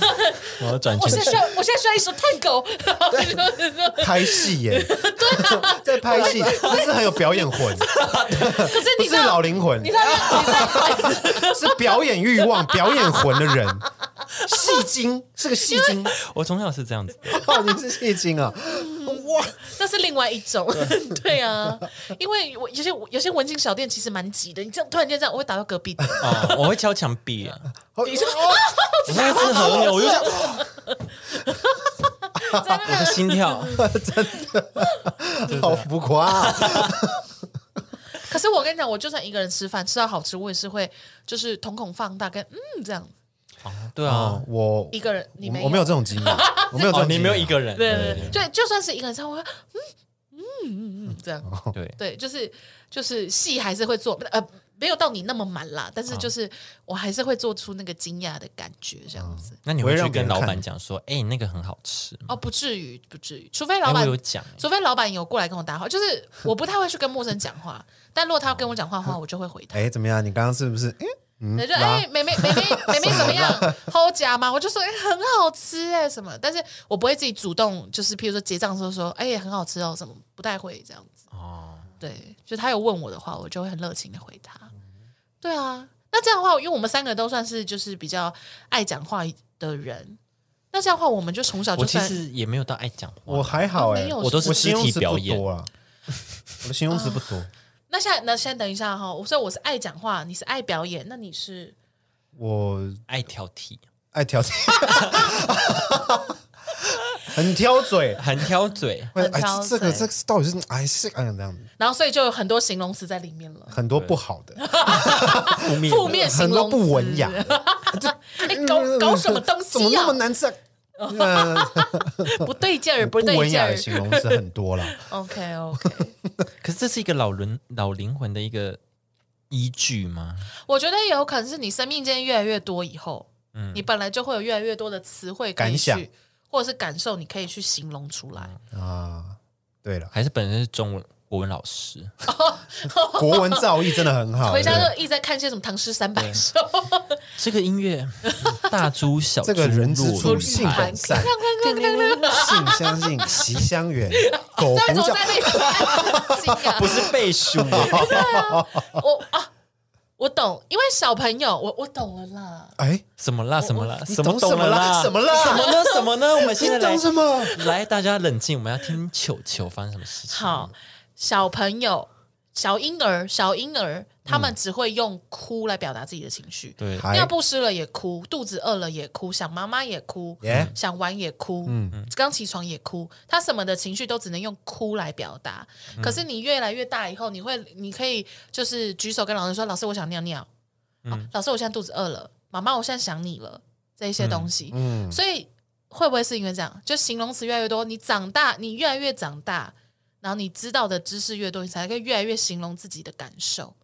Speaker 1: 我要转
Speaker 2: 我
Speaker 1: 圈
Speaker 2: 现在需
Speaker 1: 圈。
Speaker 2: 要，我现在需要一首探 狗。然后就
Speaker 3: 拍戏 耶，
Speaker 2: 啊
Speaker 3: 在拍戏，这是很有表演魂，
Speaker 2: 可是
Speaker 3: 不
Speaker 2: 你
Speaker 3: 是
Speaker 2: 知道，
Speaker 3: 老灵魂
Speaker 2: 啊你，知道，你知道，
Speaker 3: 是表演欲望、表演魂的人，戏精是个戏精，
Speaker 1: 我从小是这样 子的，
Speaker 3: 哦，你是戏精啊，
Speaker 2: 那是另外一种。 对啊，因为我有些有些文青小店其实蛮挤的，你这样突然间这样，我会打到隔壁。
Speaker 1: 哦，我会敲墙壁啊，
Speaker 3: 好哦
Speaker 1: 我会吃和牛，我就这样， 我的心跳。
Speaker 3: 好哦浮夸啊，
Speaker 2: 可是我跟你讲，我就算一个人吃饭吃到好吃，我也是会就是瞳孔放大跟嗯这样。
Speaker 1: 对啊，
Speaker 3: 哦我
Speaker 2: 一个人你没有
Speaker 3: 我没有这种经验，我没有这
Speaker 1: 哦，
Speaker 3: 种经验，啊
Speaker 1: 你没有一个人，
Speaker 2: 对对对，就就算是一个人吃饭，我会嗯嗯嗯嗯这样。
Speaker 1: 对，
Speaker 2: 对，就是就是戏还是会做，呃，没有到你那么满啦，但是就是我还是会做出那个惊讶的感觉，这样子。
Speaker 1: 那你
Speaker 3: 我会
Speaker 1: 会去
Speaker 3: 让别
Speaker 1: 跟
Speaker 3: 人
Speaker 1: 老
Speaker 3: 看
Speaker 1: 板讲说，哎，你那个很好吃吗，
Speaker 2: 哦，不至于，不至于，除非
Speaker 1: 哎
Speaker 2: 老
Speaker 1: 我
Speaker 2: 板，
Speaker 1: 有讲，哎
Speaker 2: 除非老板有过来跟我搭话，就是我不太会去跟陌生人讲话，但如果他要跟我讲话的
Speaker 1: 嗯
Speaker 2: 话，我就会回他。
Speaker 3: 哎，怎么样？你刚刚是不是？哎，
Speaker 2: 对，就哎，妹妹 妹妹妹妹怎么样？好夹吗？我就说哎，很好吃哎，什么？但是我不会自己主动，就是譬如说结账的时候说，哎，很好吃哦，什么？不太会这样子。
Speaker 1: 哦，
Speaker 2: 对，就他有问我的话，我就会很热情的回他。对啊，那这样的话，因为我们三个都算是就是比较爱讲话的人，那这样的话，我们就从小
Speaker 1: 我
Speaker 2: 就
Speaker 1: 其
Speaker 2: 算
Speaker 1: 实也没有到爱讲话，
Speaker 3: 我还好哎
Speaker 2: 没，有
Speaker 1: 我都是
Speaker 3: 我
Speaker 1: 肢
Speaker 3: 形容
Speaker 1: 体
Speaker 3: 词
Speaker 1: 表
Speaker 3: 不
Speaker 1: 演。
Speaker 3: 多啊，我的形容词不多，
Speaker 2: 那现在那先等一下哈、我说我是爱讲话，你是爱表演，那你是
Speaker 3: 我
Speaker 1: 爱挑剔，
Speaker 3: 爱挑剔。很挑嘴，
Speaker 1: 很挑嘴，
Speaker 3: 会
Speaker 2: 很
Speaker 3: 哎
Speaker 2: 挑，
Speaker 3: 这个
Speaker 2: 嘴
Speaker 3: 这个到底是哎是哎这样子，
Speaker 2: 然后所以就有很多形容词在里面了，
Speaker 3: 很多不好的，
Speaker 1: 负面
Speaker 2: 负面形
Speaker 3: 很多
Speaker 2: 容词
Speaker 3: 不文雅，嗯
Speaker 2: 哎，搞搞什么东
Speaker 3: 怎么
Speaker 2: 西
Speaker 3: 那
Speaker 2: 呀
Speaker 3: 么？难吃啊？呃
Speaker 2: 不对劲儿，
Speaker 3: 不
Speaker 2: 对
Speaker 3: 文
Speaker 2: 劲
Speaker 3: 雅的
Speaker 2: 儿。
Speaker 3: 形容词很多 了，
Speaker 2: OK OK，
Speaker 1: 可是这是一个老人老灵魂的一个依据吗？
Speaker 2: 我觉得有可能是你生命经验越来越多以后，你本来就会有越来越多的词汇可以
Speaker 3: 感想
Speaker 2: 去，或者是感受，你可以去形容出来。
Speaker 3: 啊。对了，
Speaker 1: 还是本身是中文国文老师？
Speaker 3: 国文造诣真的很好。
Speaker 2: 回家
Speaker 3: 对
Speaker 2: 就一直在看一些什么《唐诗三百首》
Speaker 1: 这个音乐嗯大珠小
Speaker 3: 这个
Speaker 1: 珠
Speaker 3: 人之
Speaker 1: 落
Speaker 3: 初
Speaker 1: 雨
Speaker 3: 性
Speaker 1: 盘
Speaker 3: 本善， 性相近，习相 远。狗
Speaker 2: 在
Speaker 3: 不
Speaker 2: 怎么
Speaker 3: 教
Speaker 2: 在那里看自己啊？
Speaker 1: 不是背书， 哦
Speaker 2: 我啊，我懂，因为小朋友，我我懂了啦。
Speaker 3: 哎，
Speaker 1: 什么啦什么啦
Speaker 3: 你
Speaker 1: 么
Speaker 3: 懂什么
Speaker 1: 了啦
Speaker 3: 啦什么啦
Speaker 1: 什 么呢什么呢？我们
Speaker 3: 你
Speaker 1: 现在来
Speaker 3: 懂什么？
Speaker 1: 来，大家冷静，我们要听球球发生什么事情。
Speaker 2: 好，小朋友、小婴儿、小婴儿，他们只会用哭来表达自己的情绪。
Speaker 1: 对，
Speaker 3: 还
Speaker 2: 尿不湿了也哭，肚子饿了也哭，想妈妈也哭
Speaker 3: Yeah
Speaker 2: 想玩也哭，刚起床也哭，他什么的情绪都只能用哭来表达。可是你越来越大以后，你会，你可以就是举手跟老师说：“老师，我想尿尿。啊老师，我现在肚子饿了。妈妈，我现在想你了。”这一些东西，
Speaker 3: 嗯，
Speaker 2: 所以会不会是因为这样？就形容词越来越多，你长大，你越来越长大，然后你知道的知识越多，你才可以越来越形容自己的感受。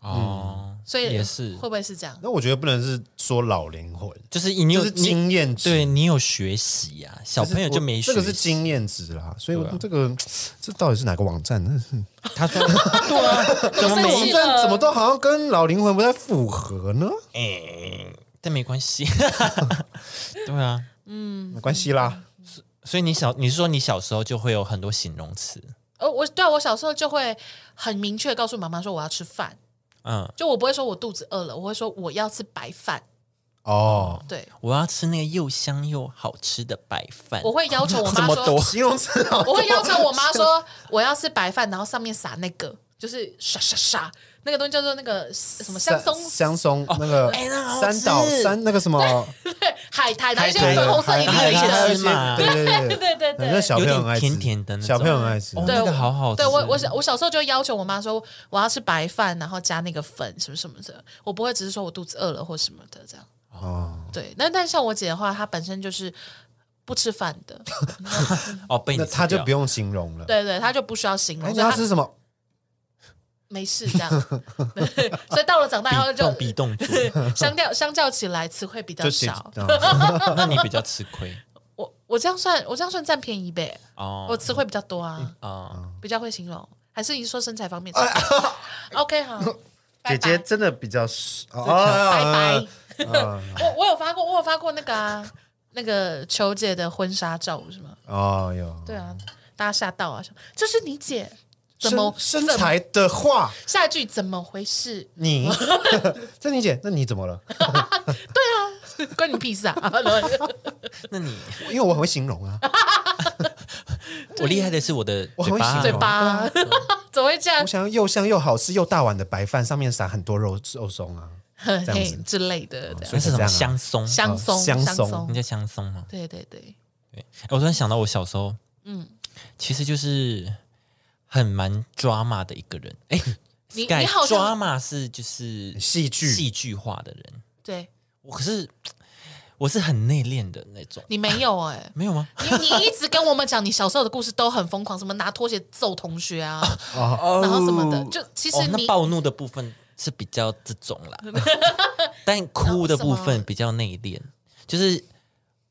Speaker 1: 哦，
Speaker 2: 所以
Speaker 1: 也是
Speaker 2: 会，不会是这样？
Speaker 3: 那我觉得不能是说老灵魂，
Speaker 1: 就是你
Speaker 3: 就
Speaker 1: 有
Speaker 3: 是
Speaker 1: 你
Speaker 3: 经验值。
Speaker 1: 对你有学习呀，小
Speaker 3: 就是
Speaker 1: 朋友就没
Speaker 3: 我
Speaker 1: 学
Speaker 3: 这
Speaker 1: 习，
Speaker 3: 个是经验值啦，所以我
Speaker 1: 对啊
Speaker 3: 这个这到底是哪个网站？真是
Speaker 1: 他说对啊，怎么
Speaker 2: 生
Speaker 1: 没
Speaker 2: 气
Speaker 3: 网站怎么都好像跟老灵魂不太符合呢？
Speaker 1: 哎，但没关 系，对啊。
Speaker 3: 没关系啦，
Speaker 1: 所以你小，你是说你小时候就会有很多形容词？
Speaker 2: 呃，我对啊、我小时候就会很明确告诉妈妈说我要吃饭，
Speaker 1: 嗯，
Speaker 2: 就我不会说我肚子饿了，我会说我要吃白饭。
Speaker 3: 哦，
Speaker 2: 对，
Speaker 1: 我要吃那个又香又好吃的白饭。
Speaker 2: 我会要求我
Speaker 1: 这
Speaker 2: 妈
Speaker 1: 么
Speaker 2: 说
Speaker 1: 多，
Speaker 3: 形容词好
Speaker 2: 我会要求我妈说我要吃白饭，然后上面撒那个，就是沙沙沙，那个东西叫做那个什么香松
Speaker 3: 香松那个
Speaker 1: 哎那个好
Speaker 3: 三岛
Speaker 1: 吃
Speaker 3: 三那个什么
Speaker 2: 对海苔，然后一些
Speaker 1: 海苔
Speaker 2: 粉红色一
Speaker 1: 海苔
Speaker 2: 粒一粒
Speaker 1: 海
Speaker 2: 的
Speaker 1: 苔。嘛
Speaker 3: 对
Speaker 2: 对
Speaker 3: 对对对，
Speaker 2: 对对对，
Speaker 3: 那小朋友很爱吃
Speaker 1: 有点甜甜的那种
Speaker 3: 小朋友很爱吃
Speaker 1: 哦。
Speaker 2: 对，
Speaker 1: 那个
Speaker 2: 我
Speaker 1: 好好
Speaker 2: 对
Speaker 1: 吃
Speaker 2: 我，我小我小时候就要求我妈说，我要吃白饭，然后加那个粉什么什么的，我不会只是说我肚子饿了或什么的这样。
Speaker 3: 哦，
Speaker 2: 对，那但像我姐的话，她本身就是不吃饭的，
Speaker 1: 哦，被你
Speaker 3: 那
Speaker 1: 吃
Speaker 3: 他就
Speaker 1: 掉
Speaker 3: 不用形容了。
Speaker 2: 对对，她就不需要形
Speaker 3: 哎，
Speaker 2: 容，
Speaker 3: 你
Speaker 2: 所以
Speaker 3: 要
Speaker 2: 她
Speaker 3: 吃什么？
Speaker 2: 没事这样。对，所以到了长大以后
Speaker 1: 比
Speaker 2: 就
Speaker 1: 动比动作，
Speaker 2: 相较相较起来，词汇比较
Speaker 3: 就写
Speaker 2: 少。
Speaker 3: 哦
Speaker 1: 那你比较吃亏
Speaker 2: 我我这样算，我这样算占便宜呗，
Speaker 1: 哦。
Speaker 2: 我词汇比较多啊，
Speaker 1: 啊，
Speaker 2: 比较会形容。还是你说身材方面？OK，好，拜拜
Speaker 3: 姐姐真的比较哦，
Speaker 2: 拜
Speaker 3: 哦
Speaker 2: 拜。
Speaker 3: 啊
Speaker 2: 我我有发过，我有发过那个啊，那个球姐的婚纱照是吗？
Speaker 3: 哦哟，
Speaker 2: 对啊，大家吓到啊，说这是你姐，怎
Speaker 3: 身
Speaker 2: 么
Speaker 3: 身
Speaker 2: 怎么
Speaker 3: 材的话，
Speaker 2: 下一句怎么回事？
Speaker 3: 你 珍妮姐，那你怎么了？
Speaker 2: 关你屁事啊！ 然后就
Speaker 1: 那你
Speaker 3: 因为我很会形 容啊，
Speaker 1: 我厉害的是我的
Speaker 3: 我
Speaker 1: 嘴
Speaker 3: 很
Speaker 1: 巴，啊
Speaker 3: 喜
Speaker 2: 嘴
Speaker 3: 欢
Speaker 2: 巴啊
Speaker 3: 啊
Speaker 2: 怎么会这样
Speaker 3: 我？想要又香又好吃又大碗的白饭，上面撒很多肉肉松啊，这样
Speaker 2: 嘿
Speaker 3: 子
Speaker 2: 之类的，这样
Speaker 1: 那是什
Speaker 3: 这
Speaker 1: 么
Speaker 3: 样啊
Speaker 1: 香松？
Speaker 2: 香松
Speaker 3: 哦香
Speaker 2: 香
Speaker 3: 松
Speaker 1: 人
Speaker 2: 松，
Speaker 1: 家香松吗？
Speaker 2: 对对对，
Speaker 1: 哎，我突然想到我小时候，嗯，其实就是很蛮抓马的一个人。哎，
Speaker 2: 你
Speaker 1: Sky，
Speaker 2: 你好像
Speaker 1: 抓马是就是
Speaker 3: 戏剧
Speaker 1: 戏剧化的人，
Speaker 2: 对
Speaker 1: 我可是我是很内敛的那种，
Speaker 2: 你没有哎、
Speaker 1: 没有吗？
Speaker 2: 你你一直跟我们讲你小时候的故事都很疯狂，什么拿拖鞋揍同学啊，
Speaker 1: 哦
Speaker 2: 然后什么的，就其
Speaker 1: 哦
Speaker 2: 实，
Speaker 1: 那
Speaker 2: 你、
Speaker 1: 暴怒的部分是比较这种 啦，但哭的部
Speaker 2: 然后什
Speaker 1: 分
Speaker 2: 么
Speaker 1: 比较内敛。就是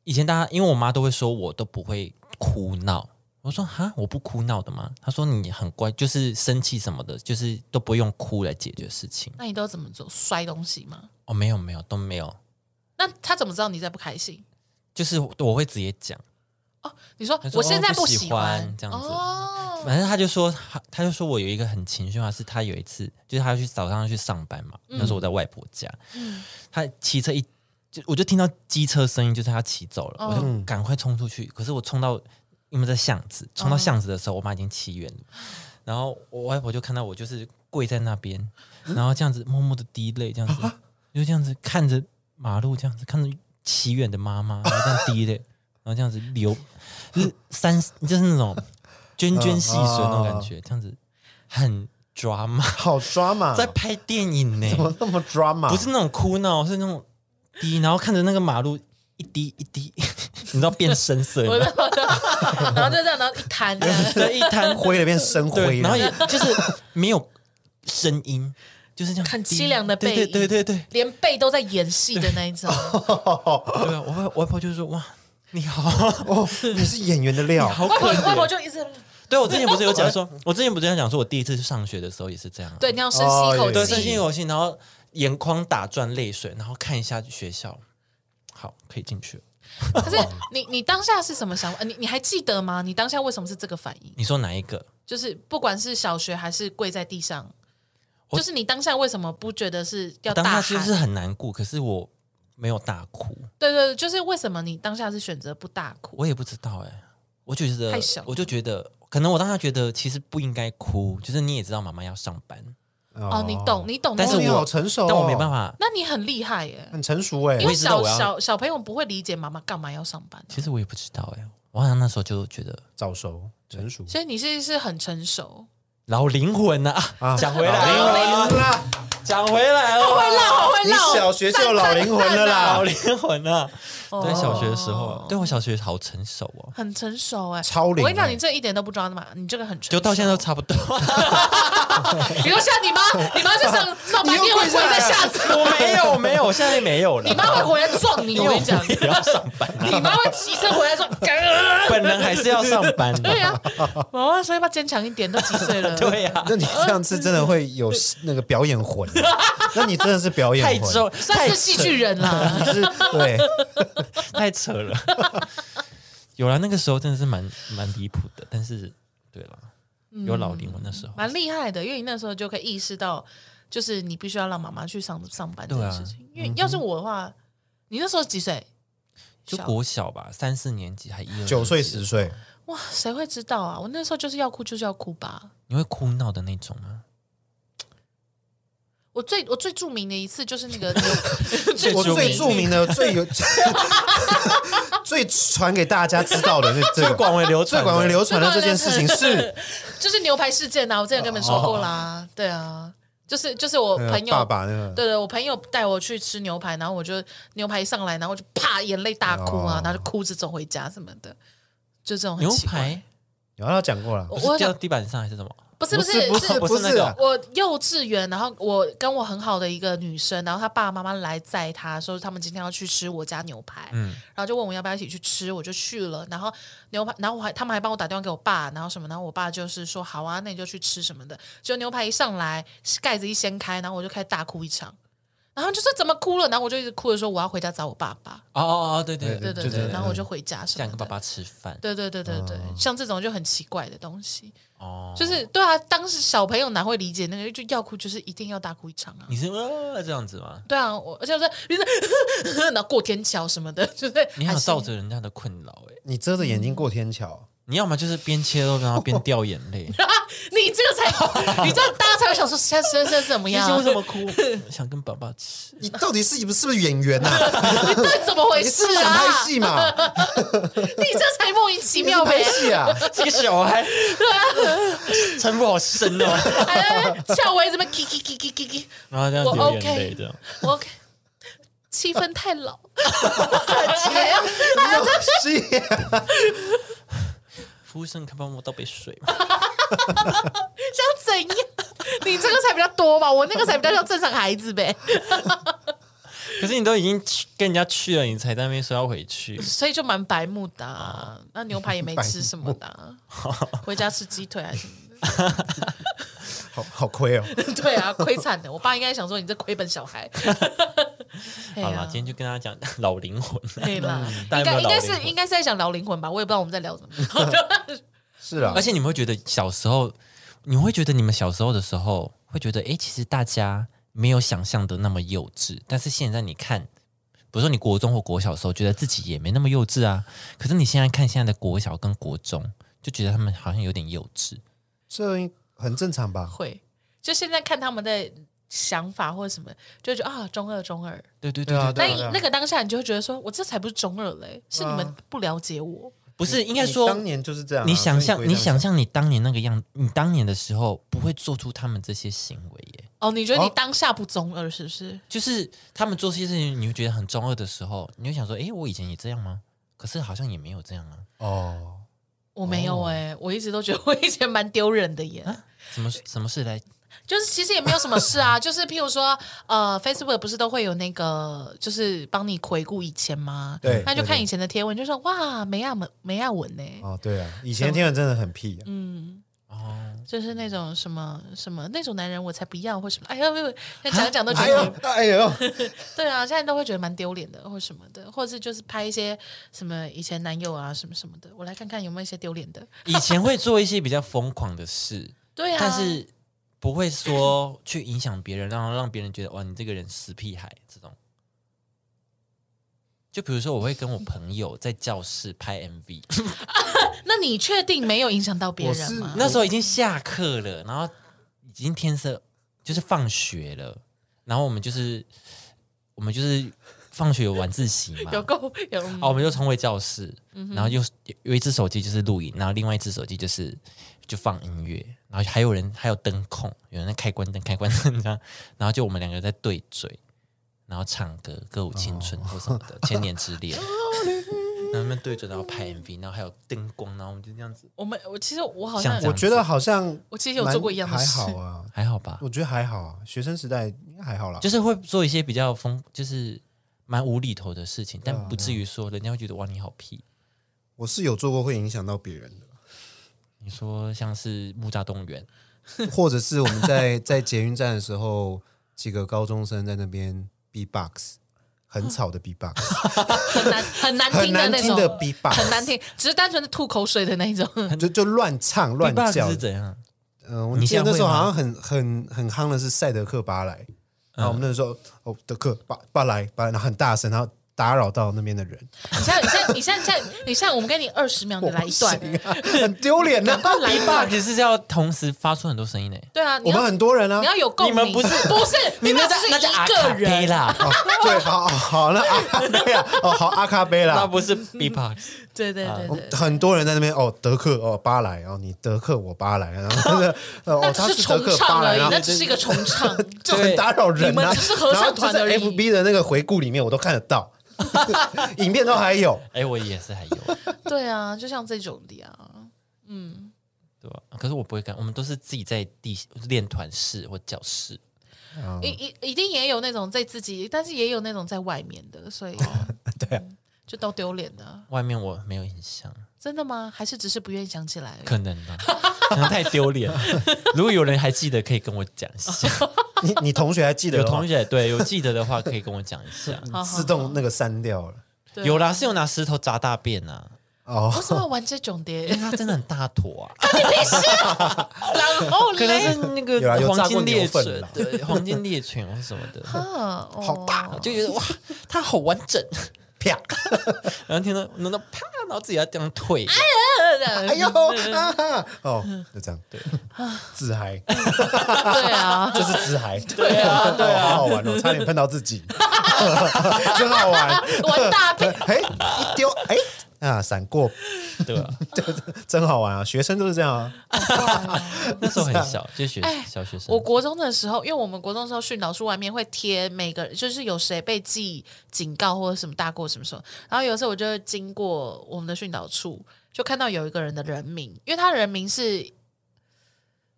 Speaker 1: 以前大家，因为我妈都会说我都不会哭闹，我说哈，我不哭闹的吗？她说你很乖，就是生气什么的，就是都不用哭来解决事情。
Speaker 2: 那你都怎么做？摔东西吗？
Speaker 1: 哦，没有没有都没有，
Speaker 2: 那他怎么知道你在不开心？
Speaker 1: 就是我会直接讲，
Speaker 2: 哦，你说
Speaker 1: 他说
Speaker 2: 我现在
Speaker 1: 哦不喜
Speaker 2: 喜欢,、
Speaker 1: 欢这样子
Speaker 2: 哦，
Speaker 1: 反正他就说，他他就说我有一个很情绪化，是他有一次，就是他去早上去上班嘛，那时候我在外婆家，他骑车一，就我就听到机车声音，就是他骑走了，我就赶快冲出去，可是我冲到因为在巷子，冲到巷子的时候，我妈已经骑远了，然后我外婆就看到我就是跪在那边，然后这样子默默的滴泪，这样子，就这样子看着马路，这样子看着骑远的妈妈，然后这样滴泪。后这样子流，就是三就是那 种涓涓细水那种感
Speaker 3: 嗯啊
Speaker 1: 觉，这样子很抓 马，
Speaker 3: 好 drama，
Speaker 1: 在拍电影呢、
Speaker 3: 怎么那么 drama？
Speaker 1: 不是那种哭闹，是那种滴，然后看着那个马路一滴一滴， 你知道变深色
Speaker 2: 我
Speaker 1: 了
Speaker 2: 的
Speaker 1: 吗，
Speaker 2: 我的，然后就这样，然后一弹呃这样，
Speaker 1: 对，一 滩
Speaker 3: 灰了变深
Speaker 1: 对，
Speaker 3: 灰
Speaker 1: 然后
Speaker 3: 了，
Speaker 1: 也就是没有声音，就是这样
Speaker 2: 很
Speaker 1: 滴
Speaker 2: 凄凉的背
Speaker 1: 对
Speaker 2: 影
Speaker 1: 对对对 对
Speaker 2: 连背都在演戏的那 一种。
Speaker 1: 对啊！我外我外婆就说哇。你好，
Speaker 3: 哦，你是演员的料，
Speaker 1: 好
Speaker 2: 外
Speaker 1: 可
Speaker 2: 婆外婆
Speaker 1: 怜。
Speaker 2: 就一直
Speaker 1: 对我之前不是有讲说，我之前不是有讲说，我第一次上学的时候也是这样啊、
Speaker 2: 对，你要深吸一
Speaker 3: 哦
Speaker 2: 口
Speaker 1: 对，
Speaker 3: 对是
Speaker 1: 深吸 一
Speaker 2: 气，
Speaker 1: 口气，然后眼眶打转泪水，然后看一下学校，好，可以进去了。
Speaker 2: 可是你你当下是什么想法？呃你你还记得吗？你当下为什么是这个反应？
Speaker 1: 你说哪一个？
Speaker 2: 就是不管是小学还是跪在地上，
Speaker 1: 我
Speaker 2: 就是你当下为什么不觉得是要
Speaker 1: 当下
Speaker 2: 大
Speaker 1: 是
Speaker 2: 喊？
Speaker 1: 不是很难过？可是我没有大哭，
Speaker 2: 对对对，就是为什么你当下是选择不大哭？
Speaker 1: 我也不知道哎、我就觉得
Speaker 2: 太小了
Speaker 1: 我就觉得，可能我当下觉得其实不应该哭，就是你也知道妈妈要上班，
Speaker 2: 哦，你懂，你懂那
Speaker 1: 但
Speaker 2: 种。
Speaker 1: 是
Speaker 3: 哦你
Speaker 1: 我
Speaker 3: 好成熟哦，
Speaker 1: 啊但我没办法。
Speaker 2: 那你很厉害耶，
Speaker 3: 很成熟哎
Speaker 2: 因，为
Speaker 1: 也知道
Speaker 2: 小
Speaker 1: 我要
Speaker 2: 小小朋友不会理解妈妈干嘛要上班啊、
Speaker 1: 其实我也不知道哎、我好像那时候就觉得
Speaker 3: 早熟成熟
Speaker 2: 所以你是是很成熟，
Speaker 1: 老灵魂呐、啊，
Speaker 3: 啊
Speaker 1: 讲回来
Speaker 3: 老
Speaker 1: 了，
Speaker 3: 灵魂啦，
Speaker 1: 讲回来了，
Speaker 2: 好会
Speaker 3: 你小学就有老灵魂了
Speaker 1: 老
Speaker 2: 啊
Speaker 3: 啦，
Speaker 1: 灵魂呐、
Speaker 2: 哦
Speaker 1: 对，小学的时候，对我小学好成熟哦，
Speaker 2: 很成熟哎、
Speaker 3: 超龄
Speaker 2: 我跟你讲，
Speaker 3: 欸
Speaker 2: 你这一点都不抓嘛，你这个很成熟，
Speaker 1: 就到现在都差不多。
Speaker 2: 留下你妈， 你妈就上上班，
Speaker 3: 你又
Speaker 2: 你也会跪
Speaker 3: 跪下来
Speaker 2: 在
Speaker 3: 了
Speaker 2: 下子，
Speaker 1: 我没有，我没有，我现在没有了。
Speaker 2: 你妈会回来撞你，我跟你讲，
Speaker 1: 也要上班啊，
Speaker 2: 你妈会骑车回来说， 干
Speaker 1: 本人还是要上班的。
Speaker 2: 对 呀、啊，妈妈说要不要坚强一点，都几岁了，
Speaker 1: 对呀、
Speaker 3: 那你这样子真的会有那个表演魂，啊 那你真的是表演
Speaker 1: 太
Speaker 3: 魂，
Speaker 1: 重，
Speaker 2: 算
Speaker 1: 太
Speaker 2: 是戏剧人 啦。
Speaker 3: 就是对，
Speaker 1: 太扯了。 有了，那个时候真的是蛮蛮离谱的，但是对了，有老灵魂的时候，
Speaker 2: 嗯蛮厉害的，因为你那时候就可以意识到，就是你必须要让妈妈去上上班这
Speaker 1: 对
Speaker 2: 件
Speaker 1: 啊
Speaker 2: 事情。因为要是我的话，你那时候几岁？
Speaker 1: 就
Speaker 2: 小
Speaker 1: 国小吧，三四年级还一二年级
Speaker 3: 九岁十，岁，
Speaker 2: 哇，谁会知道啊？我那时候就是要哭就是要哭吧。
Speaker 1: 你会哭闹的那种吗？
Speaker 2: 我最我最著名的一次就是 那个牛
Speaker 1: 最
Speaker 3: 我
Speaker 1: 著
Speaker 3: 最
Speaker 1: 名
Speaker 3: 著名的最 有最传给大家知道的 那这
Speaker 1: 最
Speaker 3: 个
Speaker 1: 广为流传
Speaker 3: 最
Speaker 1: 的，
Speaker 3: 广为流传的这件事情是
Speaker 2: 就是牛排事件啊，我之前有跟你们说过
Speaker 1: 哦
Speaker 2: 啦。对啊，就是就是我
Speaker 3: 呃
Speaker 2: 朋友
Speaker 3: 爸爸那个
Speaker 2: 对对，我朋友带我去吃牛排，然后我就牛排上来，然后我就啪眼泪大哭啊，
Speaker 3: 哦
Speaker 2: 然后就哭着走回家什么的，就这种很
Speaker 1: 牛
Speaker 2: 奇怪
Speaker 1: 排，
Speaker 3: 有啊，他讲过了
Speaker 2: 我，
Speaker 1: 不
Speaker 2: 我
Speaker 1: 是掉地板上还是什么？
Speaker 2: 不是
Speaker 3: 不
Speaker 2: 是
Speaker 3: 不
Speaker 2: 是
Speaker 3: 是
Speaker 1: 不是那
Speaker 3: 是
Speaker 1: 个
Speaker 3: 啊
Speaker 2: 我幼稚园，然后我跟我很好的一个女生，然后她爸爸妈妈来载她，说他们今天要去吃我家牛排，
Speaker 1: 嗯
Speaker 2: 然后就问我要不要一起去吃，我就去了。然后牛排，然后我还他们还帮我打电话给我爸，然后什么，然后我爸就是说好啊，那你就去吃什么的。就牛排一上来，盖子一掀开，然后我就开始大哭一场。然后就说怎么哭了，然后我就一直哭着说我要回家找我爸爸，
Speaker 1: 哦哦哦，对对
Speaker 2: 对
Speaker 3: 对
Speaker 2: 对
Speaker 1: 对
Speaker 2: 对，
Speaker 1: 对，
Speaker 2: 然后我就回家什
Speaker 1: 想
Speaker 2: 么
Speaker 1: 跟爸
Speaker 2: 的，
Speaker 1: 爸吃饭
Speaker 2: 对对对对对，像这种就很奇怪的东西，
Speaker 1: 哦，
Speaker 2: 就是对啊，当时小朋友哪会理解那个，就要哭就是一定要大哭一场啊。
Speaker 1: 你是呃这样子吗？
Speaker 2: 对啊，我而且我说， 就是然后过天桥什么的，就是
Speaker 1: 你好
Speaker 2: 还是
Speaker 1: 照着人家的困扰哎、
Speaker 3: 你遮着眼睛过天桥，
Speaker 1: 你要么就是边切肉然后边掉眼泪，
Speaker 2: 你这个才，你这样大家才会想说现在现在是怎么
Speaker 1: 你
Speaker 2: 样啊？
Speaker 1: 为什么哭？ 想跟爸爸吃。
Speaker 3: 嗯你到底是你们是不是演员 呐？
Speaker 2: 你到底怎么回
Speaker 3: 你是
Speaker 2: 事
Speaker 3: 不是想
Speaker 2: 啊？
Speaker 3: 拍戏嘛？
Speaker 2: 你这才莫名其
Speaker 3: 你
Speaker 2: 妙
Speaker 3: 是
Speaker 2: 呗
Speaker 3: 拍，戏 啊？
Speaker 1: 这个小 孩，城府好深哦。
Speaker 2: 还在那边哎翘尾这边 k k k k k k，
Speaker 1: 然后这样
Speaker 2: 我
Speaker 1: 流眼泪
Speaker 2: OK
Speaker 1: 这样，
Speaker 2: 我 OK，气氛太 老，
Speaker 3: 啊你有戏啊？
Speaker 1: 服务生可以帮我倒杯水 吗？
Speaker 2: 想怎样？你这个才比较多吧，我那个才比较像正常孩子呗，
Speaker 1: 可是你都已经去跟人家去了，你才在那边说要回去，
Speaker 2: 所以就蛮白目的啊、
Speaker 1: 哦
Speaker 2: 那牛排也没吃什么的 啊、 回家吃鸡腿还是什么
Speaker 3: 好好亏哦，
Speaker 2: 的？对啊，亏惨的。我爸应该想说你这亏本 小孩。哎呀
Speaker 1: 好啦，今天就跟大家讲老灵魂，
Speaker 2: 对啦，
Speaker 1: 大
Speaker 2: 应
Speaker 1: 家
Speaker 2: 该
Speaker 1: 有没有
Speaker 2: 应
Speaker 1: 老
Speaker 2: 该
Speaker 1: 灵
Speaker 2: 是
Speaker 1: 魂
Speaker 2: 应？该是在讲聊灵魂吧，我也不知道我们在聊什么。
Speaker 3: 是啊
Speaker 1: 而，且你们会觉得小时候，你会觉得你们小时候的时候，会觉得哎，诶其实大家没有想象的那么幼稚，但是现在你看。比如说你国中或国小的时候，觉得自己也没那么幼稚啊。可是你现在看现在的国小跟国中，就觉得他们好像有点幼稚。
Speaker 3: 这很正常吧？
Speaker 2: 会，就现在看他们在想法或者什么，就会觉得啊中二中二。
Speaker 1: 对对
Speaker 3: 对啊
Speaker 2: 那
Speaker 1: 对，嗯
Speaker 2: 一
Speaker 3: 对啊
Speaker 2: 那个当下，你就会觉得说，我这才不是中二嘞，是你们不了解我。
Speaker 1: 不是应该
Speaker 3: 你
Speaker 1: 说
Speaker 3: 当年就是这样啊、
Speaker 1: 你想
Speaker 3: 所
Speaker 1: 象，
Speaker 3: 以
Speaker 1: 你
Speaker 3: 你会这
Speaker 1: 想
Speaker 3: 样
Speaker 1: 象你当年那个样，你当年的时候不会做出他们这些行为耶。
Speaker 2: 哦，你觉得你
Speaker 3: 哦
Speaker 2: 当下不中二是不是？
Speaker 1: 就是他们做这些事情，你会觉得很中二的时候，你会想说：诶，我以前也这样吗？可是好像也没有这样啊。
Speaker 3: 哦，
Speaker 2: 我没有
Speaker 1: 哦
Speaker 2: 哎、我一直都觉得我以前蛮丢人的
Speaker 1: 啊
Speaker 2: 耶。
Speaker 1: 什么什么事来？
Speaker 2: 就是其实也没有什么事啊， 就是譬如说，呃，Facebook 不是都会有那个，就是帮你回顾以前吗？
Speaker 3: 对
Speaker 2: 那就
Speaker 3: 对
Speaker 2: 看
Speaker 3: 对
Speaker 2: 以前的贴文，就说哇，梅亚文梅亚文呢、
Speaker 3: 哦，对啊，以前的天人真的很屁、啊，
Speaker 2: 嗯，
Speaker 1: 哦，
Speaker 2: 就是那种什么什么那种男人我才不要或什么，哎呀，不不，讲一讲都觉
Speaker 3: 哎
Speaker 2: 得
Speaker 3: 呦
Speaker 2: 很、，
Speaker 3: 哎呦，
Speaker 2: 对啊，现在都会觉得蛮丢脸的或什么的，或者是就是拍一些什么以前男友啊什么什么的，我来看看有没有一些丢脸的。
Speaker 1: 以前会做一些比较疯狂的事，
Speaker 2: 对啊，
Speaker 1: 但是不会说去影响别人，然后让别人觉得哇，你这个人死屁孩这种。就比如说，我会跟我朋友在教室拍 MV，
Speaker 2: 那你确定没有影响到别
Speaker 3: 我
Speaker 2: 人
Speaker 3: 是
Speaker 2: 吗？
Speaker 1: 那时候已经下课了，然后已经天色就是放学了，然后我们就是我们就是放学有晚自习嘛，
Speaker 2: 有够有嗯
Speaker 1: 哦，我们就冲回教室，然后就有有一只手机就是录影，然后另外一只手机就是就放音乐，然后还有人还有灯控，有人在开关灯、开关灯这样，然后就我们两个在对嘴，然后唱歌、歌舞青春或什么 的，千年之恋》，然后他们对嘴，然后拍 MV，然后还有灯光，然后我们就这样子，
Speaker 2: 我们我其实我好
Speaker 1: 像
Speaker 2: 像
Speaker 1: 这
Speaker 3: 我
Speaker 1: 样
Speaker 3: 觉得好像
Speaker 2: 我其实有做过一样的
Speaker 3: 蛮
Speaker 2: 事
Speaker 3: 还好啊，
Speaker 1: 还好吧？
Speaker 3: 我觉得还好啊，学生时代应该还好啦。
Speaker 1: 就是会做一些比较疯，就是蛮无厘头的事情，但不至于说人家会觉得哇你好屁。
Speaker 3: 我是有做过会影响到别人 的，
Speaker 1: 你说像是木栅动物园，
Speaker 3: 或者是我们在在捷运站的时候，几个高中生在那边 B-box，很吵的 B-box，
Speaker 2: 很难啊很难
Speaker 3: 很
Speaker 2: 听的
Speaker 3: 难
Speaker 2: 那
Speaker 3: 听
Speaker 2: 种，
Speaker 3: 的 B-box，
Speaker 2: 很难听，只是单纯的吐口水的那一种。
Speaker 3: 就就乱唱乱
Speaker 1: Beatbox
Speaker 3: 叫
Speaker 1: 是。怎样？
Speaker 3: 嗯，我
Speaker 1: 你
Speaker 3: 记得
Speaker 1: 现在
Speaker 3: 那时候
Speaker 1: 会吗嗯
Speaker 3: 好像很很很夯的是赛德克巴莱，然后我们那时候哦德克巴巴莱巴莱，然后很大声，然后打扰到那边的人，
Speaker 2: 你现在你现在你现在这样你现在我们给你二十秒，你来一段，
Speaker 3: 很丢脸啊 的。
Speaker 2: 来一
Speaker 1: bug
Speaker 2: 段。
Speaker 1: 是要同时发出很多声音的。
Speaker 2: 对啊，你
Speaker 3: 我们
Speaker 2: 要
Speaker 3: 很多人啊
Speaker 2: 你，要有共鸣，
Speaker 1: 你们不是
Speaker 2: 不是，
Speaker 1: 你那
Speaker 2: 们
Speaker 1: 叫
Speaker 2: 是
Speaker 1: 那叫阿
Speaker 2: 一
Speaker 1: 卡
Speaker 2: 个
Speaker 1: 贝
Speaker 2: 人，
Speaker 1: 拉，
Speaker 3: 哦，对，好好，那阿卡贝 拉，哦，好，阿卡贝
Speaker 1: 那
Speaker 3: 拉，
Speaker 1: 不是 B-box。
Speaker 2: 对对对对。
Speaker 3: 很多人在那边哦，德克哦，巴莱哦，你德克我巴莱，然 后那个
Speaker 2: 那
Speaker 3: 哦，
Speaker 2: 只
Speaker 3: 他
Speaker 2: 是
Speaker 3: 德
Speaker 2: 重
Speaker 3: 克
Speaker 2: 唱
Speaker 3: 巴
Speaker 2: 而
Speaker 3: 莱，
Speaker 2: 已
Speaker 3: 然，后
Speaker 2: 那只是一个重唱。
Speaker 3: 就很打扰人
Speaker 2: 你
Speaker 3: 啊
Speaker 2: 们只是。合
Speaker 3: 然后
Speaker 2: 唱
Speaker 3: 就
Speaker 2: 团
Speaker 3: 在
Speaker 2: 而已
Speaker 3: FB 的那个回顾里面我都看得 到，影片都还有。
Speaker 1: 哎，我也是还有，
Speaker 2: 对啊，就像这种的啊。
Speaker 1: 对吧？可是我不会干，我们都是自己在地练团室或教室。
Speaker 2: 一一一定也有那种在自己，但是也有那种在外面的，所以对啊，就都丢脸的。
Speaker 1: 外面我没有印象，
Speaker 2: 真的吗？还是只是不愿意想起来而已？
Speaker 1: 可能 吧，可能太丢脸了。如果有人还记得，可以跟我讲一 下。
Speaker 3: 你你同学还记
Speaker 2: 哦
Speaker 3: 得
Speaker 1: 有
Speaker 3: 的话？
Speaker 1: 同学对有记得的话，可以跟我讲一下。
Speaker 2: 好好
Speaker 3: 自动那个删掉了。
Speaker 2: 对
Speaker 1: 有啦，是有拿石头砸大便啊，
Speaker 3: 哦
Speaker 2: 为什么要玩这种的？
Speaker 1: 因为它真的很大坨啊，
Speaker 2: 然后
Speaker 1: 可能是
Speaker 2: 嘞，
Speaker 1: 那个
Speaker 3: 有啦有炸
Speaker 1: 黄
Speaker 3: 过
Speaker 1: 金
Speaker 3: 牛
Speaker 1: 猎
Speaker 3: 粪啊
Speaker 1: 犬啊
Speaker 3: 啦，
Speaker 1: 对，黄金猎犬或什么的，
Speaker 2: 啊，哦
Speaker 3: 好大
Speaker 1: 就觉得哇，它好完整，
Speaker 3: 啪！
Speaker 1: 然后听到弄到啪，然后自己要这样退，
Speaker 3: 哎呦，啊哈哦，就这样，对，自嗨，
Speaker 2: 对啊，
Speaker 3: 这是自嗨，对啊，对啊，好好玩哦，差点碰到自己，真好玩，
Speaker 2: 玩大便。
Speaker 3: 哎，一丢，哎，啊，闪过，
Speaker 1: 对啊吧？
Speaker 3: 真好玩啊！学生都是这样啊，
Speaker 1: 那时候很小，就是学
Speaker 2: 哎
Speaker 1: 小学生
Speaker 2: 我，国中的时候，因为我们国中的时候训导处外面会贴每个人，就是有谁被记警告或者什么大过什么什么。然后有时候我就会经过我们的训导处，就看到有一个人的人名，因为他的人名是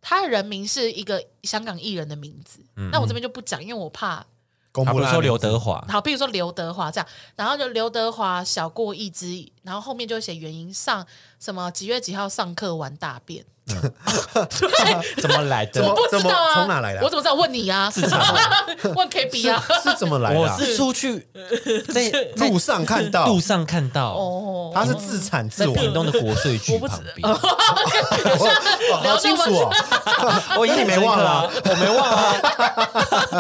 Speaker 2: 他的人名是一个香港艺人的名字。那我这边就不讲，因为我怕
Speaker 3: 公
Speaker 1: 他
Speaker 3: 布
Speaker 1: 不是
Speaker 3: 啦
Speaker 1: 说刘德华，
Speaker 2: 好，比如说刘德华这样，然后就刘德华小过一只，然后后面就会写原因上什么几月几号上课玩大便，
Speaker 1: 怎么来的
Speaker 3: 怎么
Speaker 2: 我不知
Speaker 3: 怎么
Speaker 2: 道啊，
Speaker 3: 从哪来的啊
Speaker 2: 我怎么知道？问你啊， 问 KB 啊，
Speaker 3: 是是怎么来的
Speaker 1: 我
Speaker 3: 啊？
Speaker 1: 是出去在在
Speaker 3: 路上看到
Speaker 1: 路，上看到，
Speaker 2: 哦，
Speaker 3: 他是自产
Speaker 1: 在
Speaker 3: 自我，
Speaker 1: 屏东的国税局
Speaker 2: 我不知
Speaker 1: 旁边，
Speaker 3: 哦好清楚哦，
Speaker 1: 我一
Speaker 3: 那你没忘了啊，我没忘啊，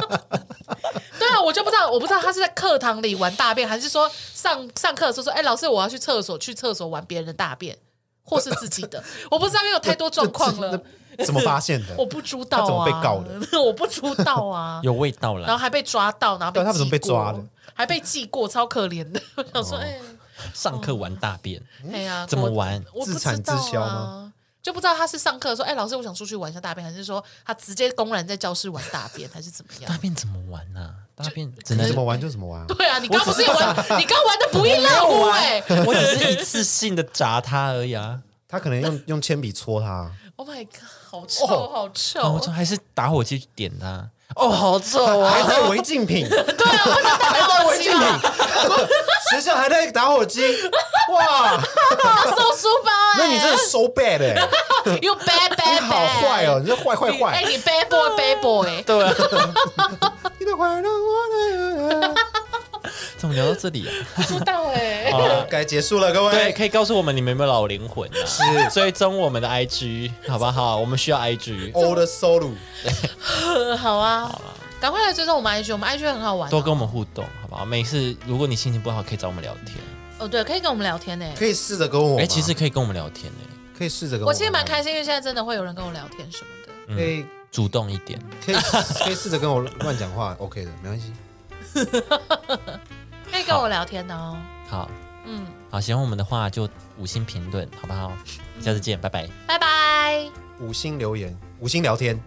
Speaker 2: 对啊，我就不知道，我不知道他是在课堂里玩大便，还是说上上课的时候说，哎，老师我要去厕所，去厕所玩别人的大便，或是自己的，我不知道，因为有太多状况了。
Speaker 3: 怎么发现的？
Speaker 2: 我不知道啊，
Speaker 3: 他怎么被告 的
Speaker 2: 我不知道啊。
Speaker 1: 有味道
Speaker 2: 然后
Speaker 1: 啦，
Speaker 2: 还被抓到，然后被
Speaker 3: 对他们怎么被
Speaker 2: 记过
Speaker 3: 抓的？哦
Speaker 2: 还被记过，超可怜的。我想说，哎、
Speaker 1: 上课玩大便，
Speaker 2: 哎呀，
Speaker 1: 怎么
Speaker 2: 我
Speaker 1: 玩
Speaker 2: 我不
Speaker 3: 自
Speaker 2: 知
Speaker 3: 产
Speaker 2: 道
Speaker 3: 自销
Speaker 2: 啊
Speaker 3: 吗，
Speaker 2: 就不知道他是上课说，哎，老师，我想出去玩一下大便，还是说他直接公然在教室玩大便，还是怎么
Speaker 1: 大
Speaker 2: 样？
Speaker 1: 便怎么玩呐？大便只
Speaker 3: 你
Speaker 1: 能
Speaker 3: 怎么玩就怎么玩啊。
Speaker 2: 对啊，你刚不是有玩？你刚玩的不亦乐乎哎
Speaker 1: 我只是一次性的砸它而已啊！
Speaker 3: 他可能用用铅笔戳他，
Speaker 2: ！Oh my god，好臭，好臭！
Speaker 1: 哦，我 说还是打火机去点它。哦，好臭啊！
Speaker 3: 还在违禁 品，
Speaker 2: 对啊，不能打火机啊，
Speaker 3: 学校还在打火机，哇！
Speaker 2: 他收书包
Speaker 3: 那你真
Speaker 2: 哎
Speaker 3: 的 so bad 哎、
Speaker 2: ，You bad
Speaker 3: 你
Speaker 2: bad
Speaker 3: 好坏哦，，你这坏坏
Speaker 2: 哎，
Speaker 3: 坏！
Speaker 2: 你 bad boy bad boy，
Speaker 1: 对 啊，
Speaker 3: 你的坏让我来
Speaker 1: 怎么聊到这里啊？
Speaker 2: 不知道哎
Speaker 1: 好。了，
Speaker 3: 该结束了，各
Speaker 1: 对，
Speaker 3: 位。
Speaker 1: 可以告诉我们你们有没有老灵魂啊？是追踪我们的 IG 好不好？我们需要 IG，
Speaker 3: Old solo，
Speaker 2: 呃 好啊，赶快来追踪我们 IG，我们 IG 很好玩哦。
Speaker 1: 多跟我们互动好不好？每次如果你心情不好，可以找我们聊天。
Speaker 2: 哦，对，可以跟我们聊天呢。
Speaker 3: 可以试着跟我吗。
Speaker 1: 哎，其实可以跟我们聊天哎，
Speaker 3: 可以试着跟
Speaker 2: 我其实蛮开
Speaker 3: 心，
Speaker 2: 心，因为现在真的会有人跟我聊天什么的。
Speaker 3: 可以
Speaker 1: 主动一点。
Speaker 3: 可以可以试着跟我乱讲话，OK 的，没关系。
Speaker 2: 可以跟我聊天的哦。
Speaker 1: 好，
Speaker 2: 嗯，
Speaker 1: 好，喜欢我们的话就五星评论好不好？下次见，拜拜。
Speaker 2: 拜拜。
Speaker 3: 五星留言，五星聊天。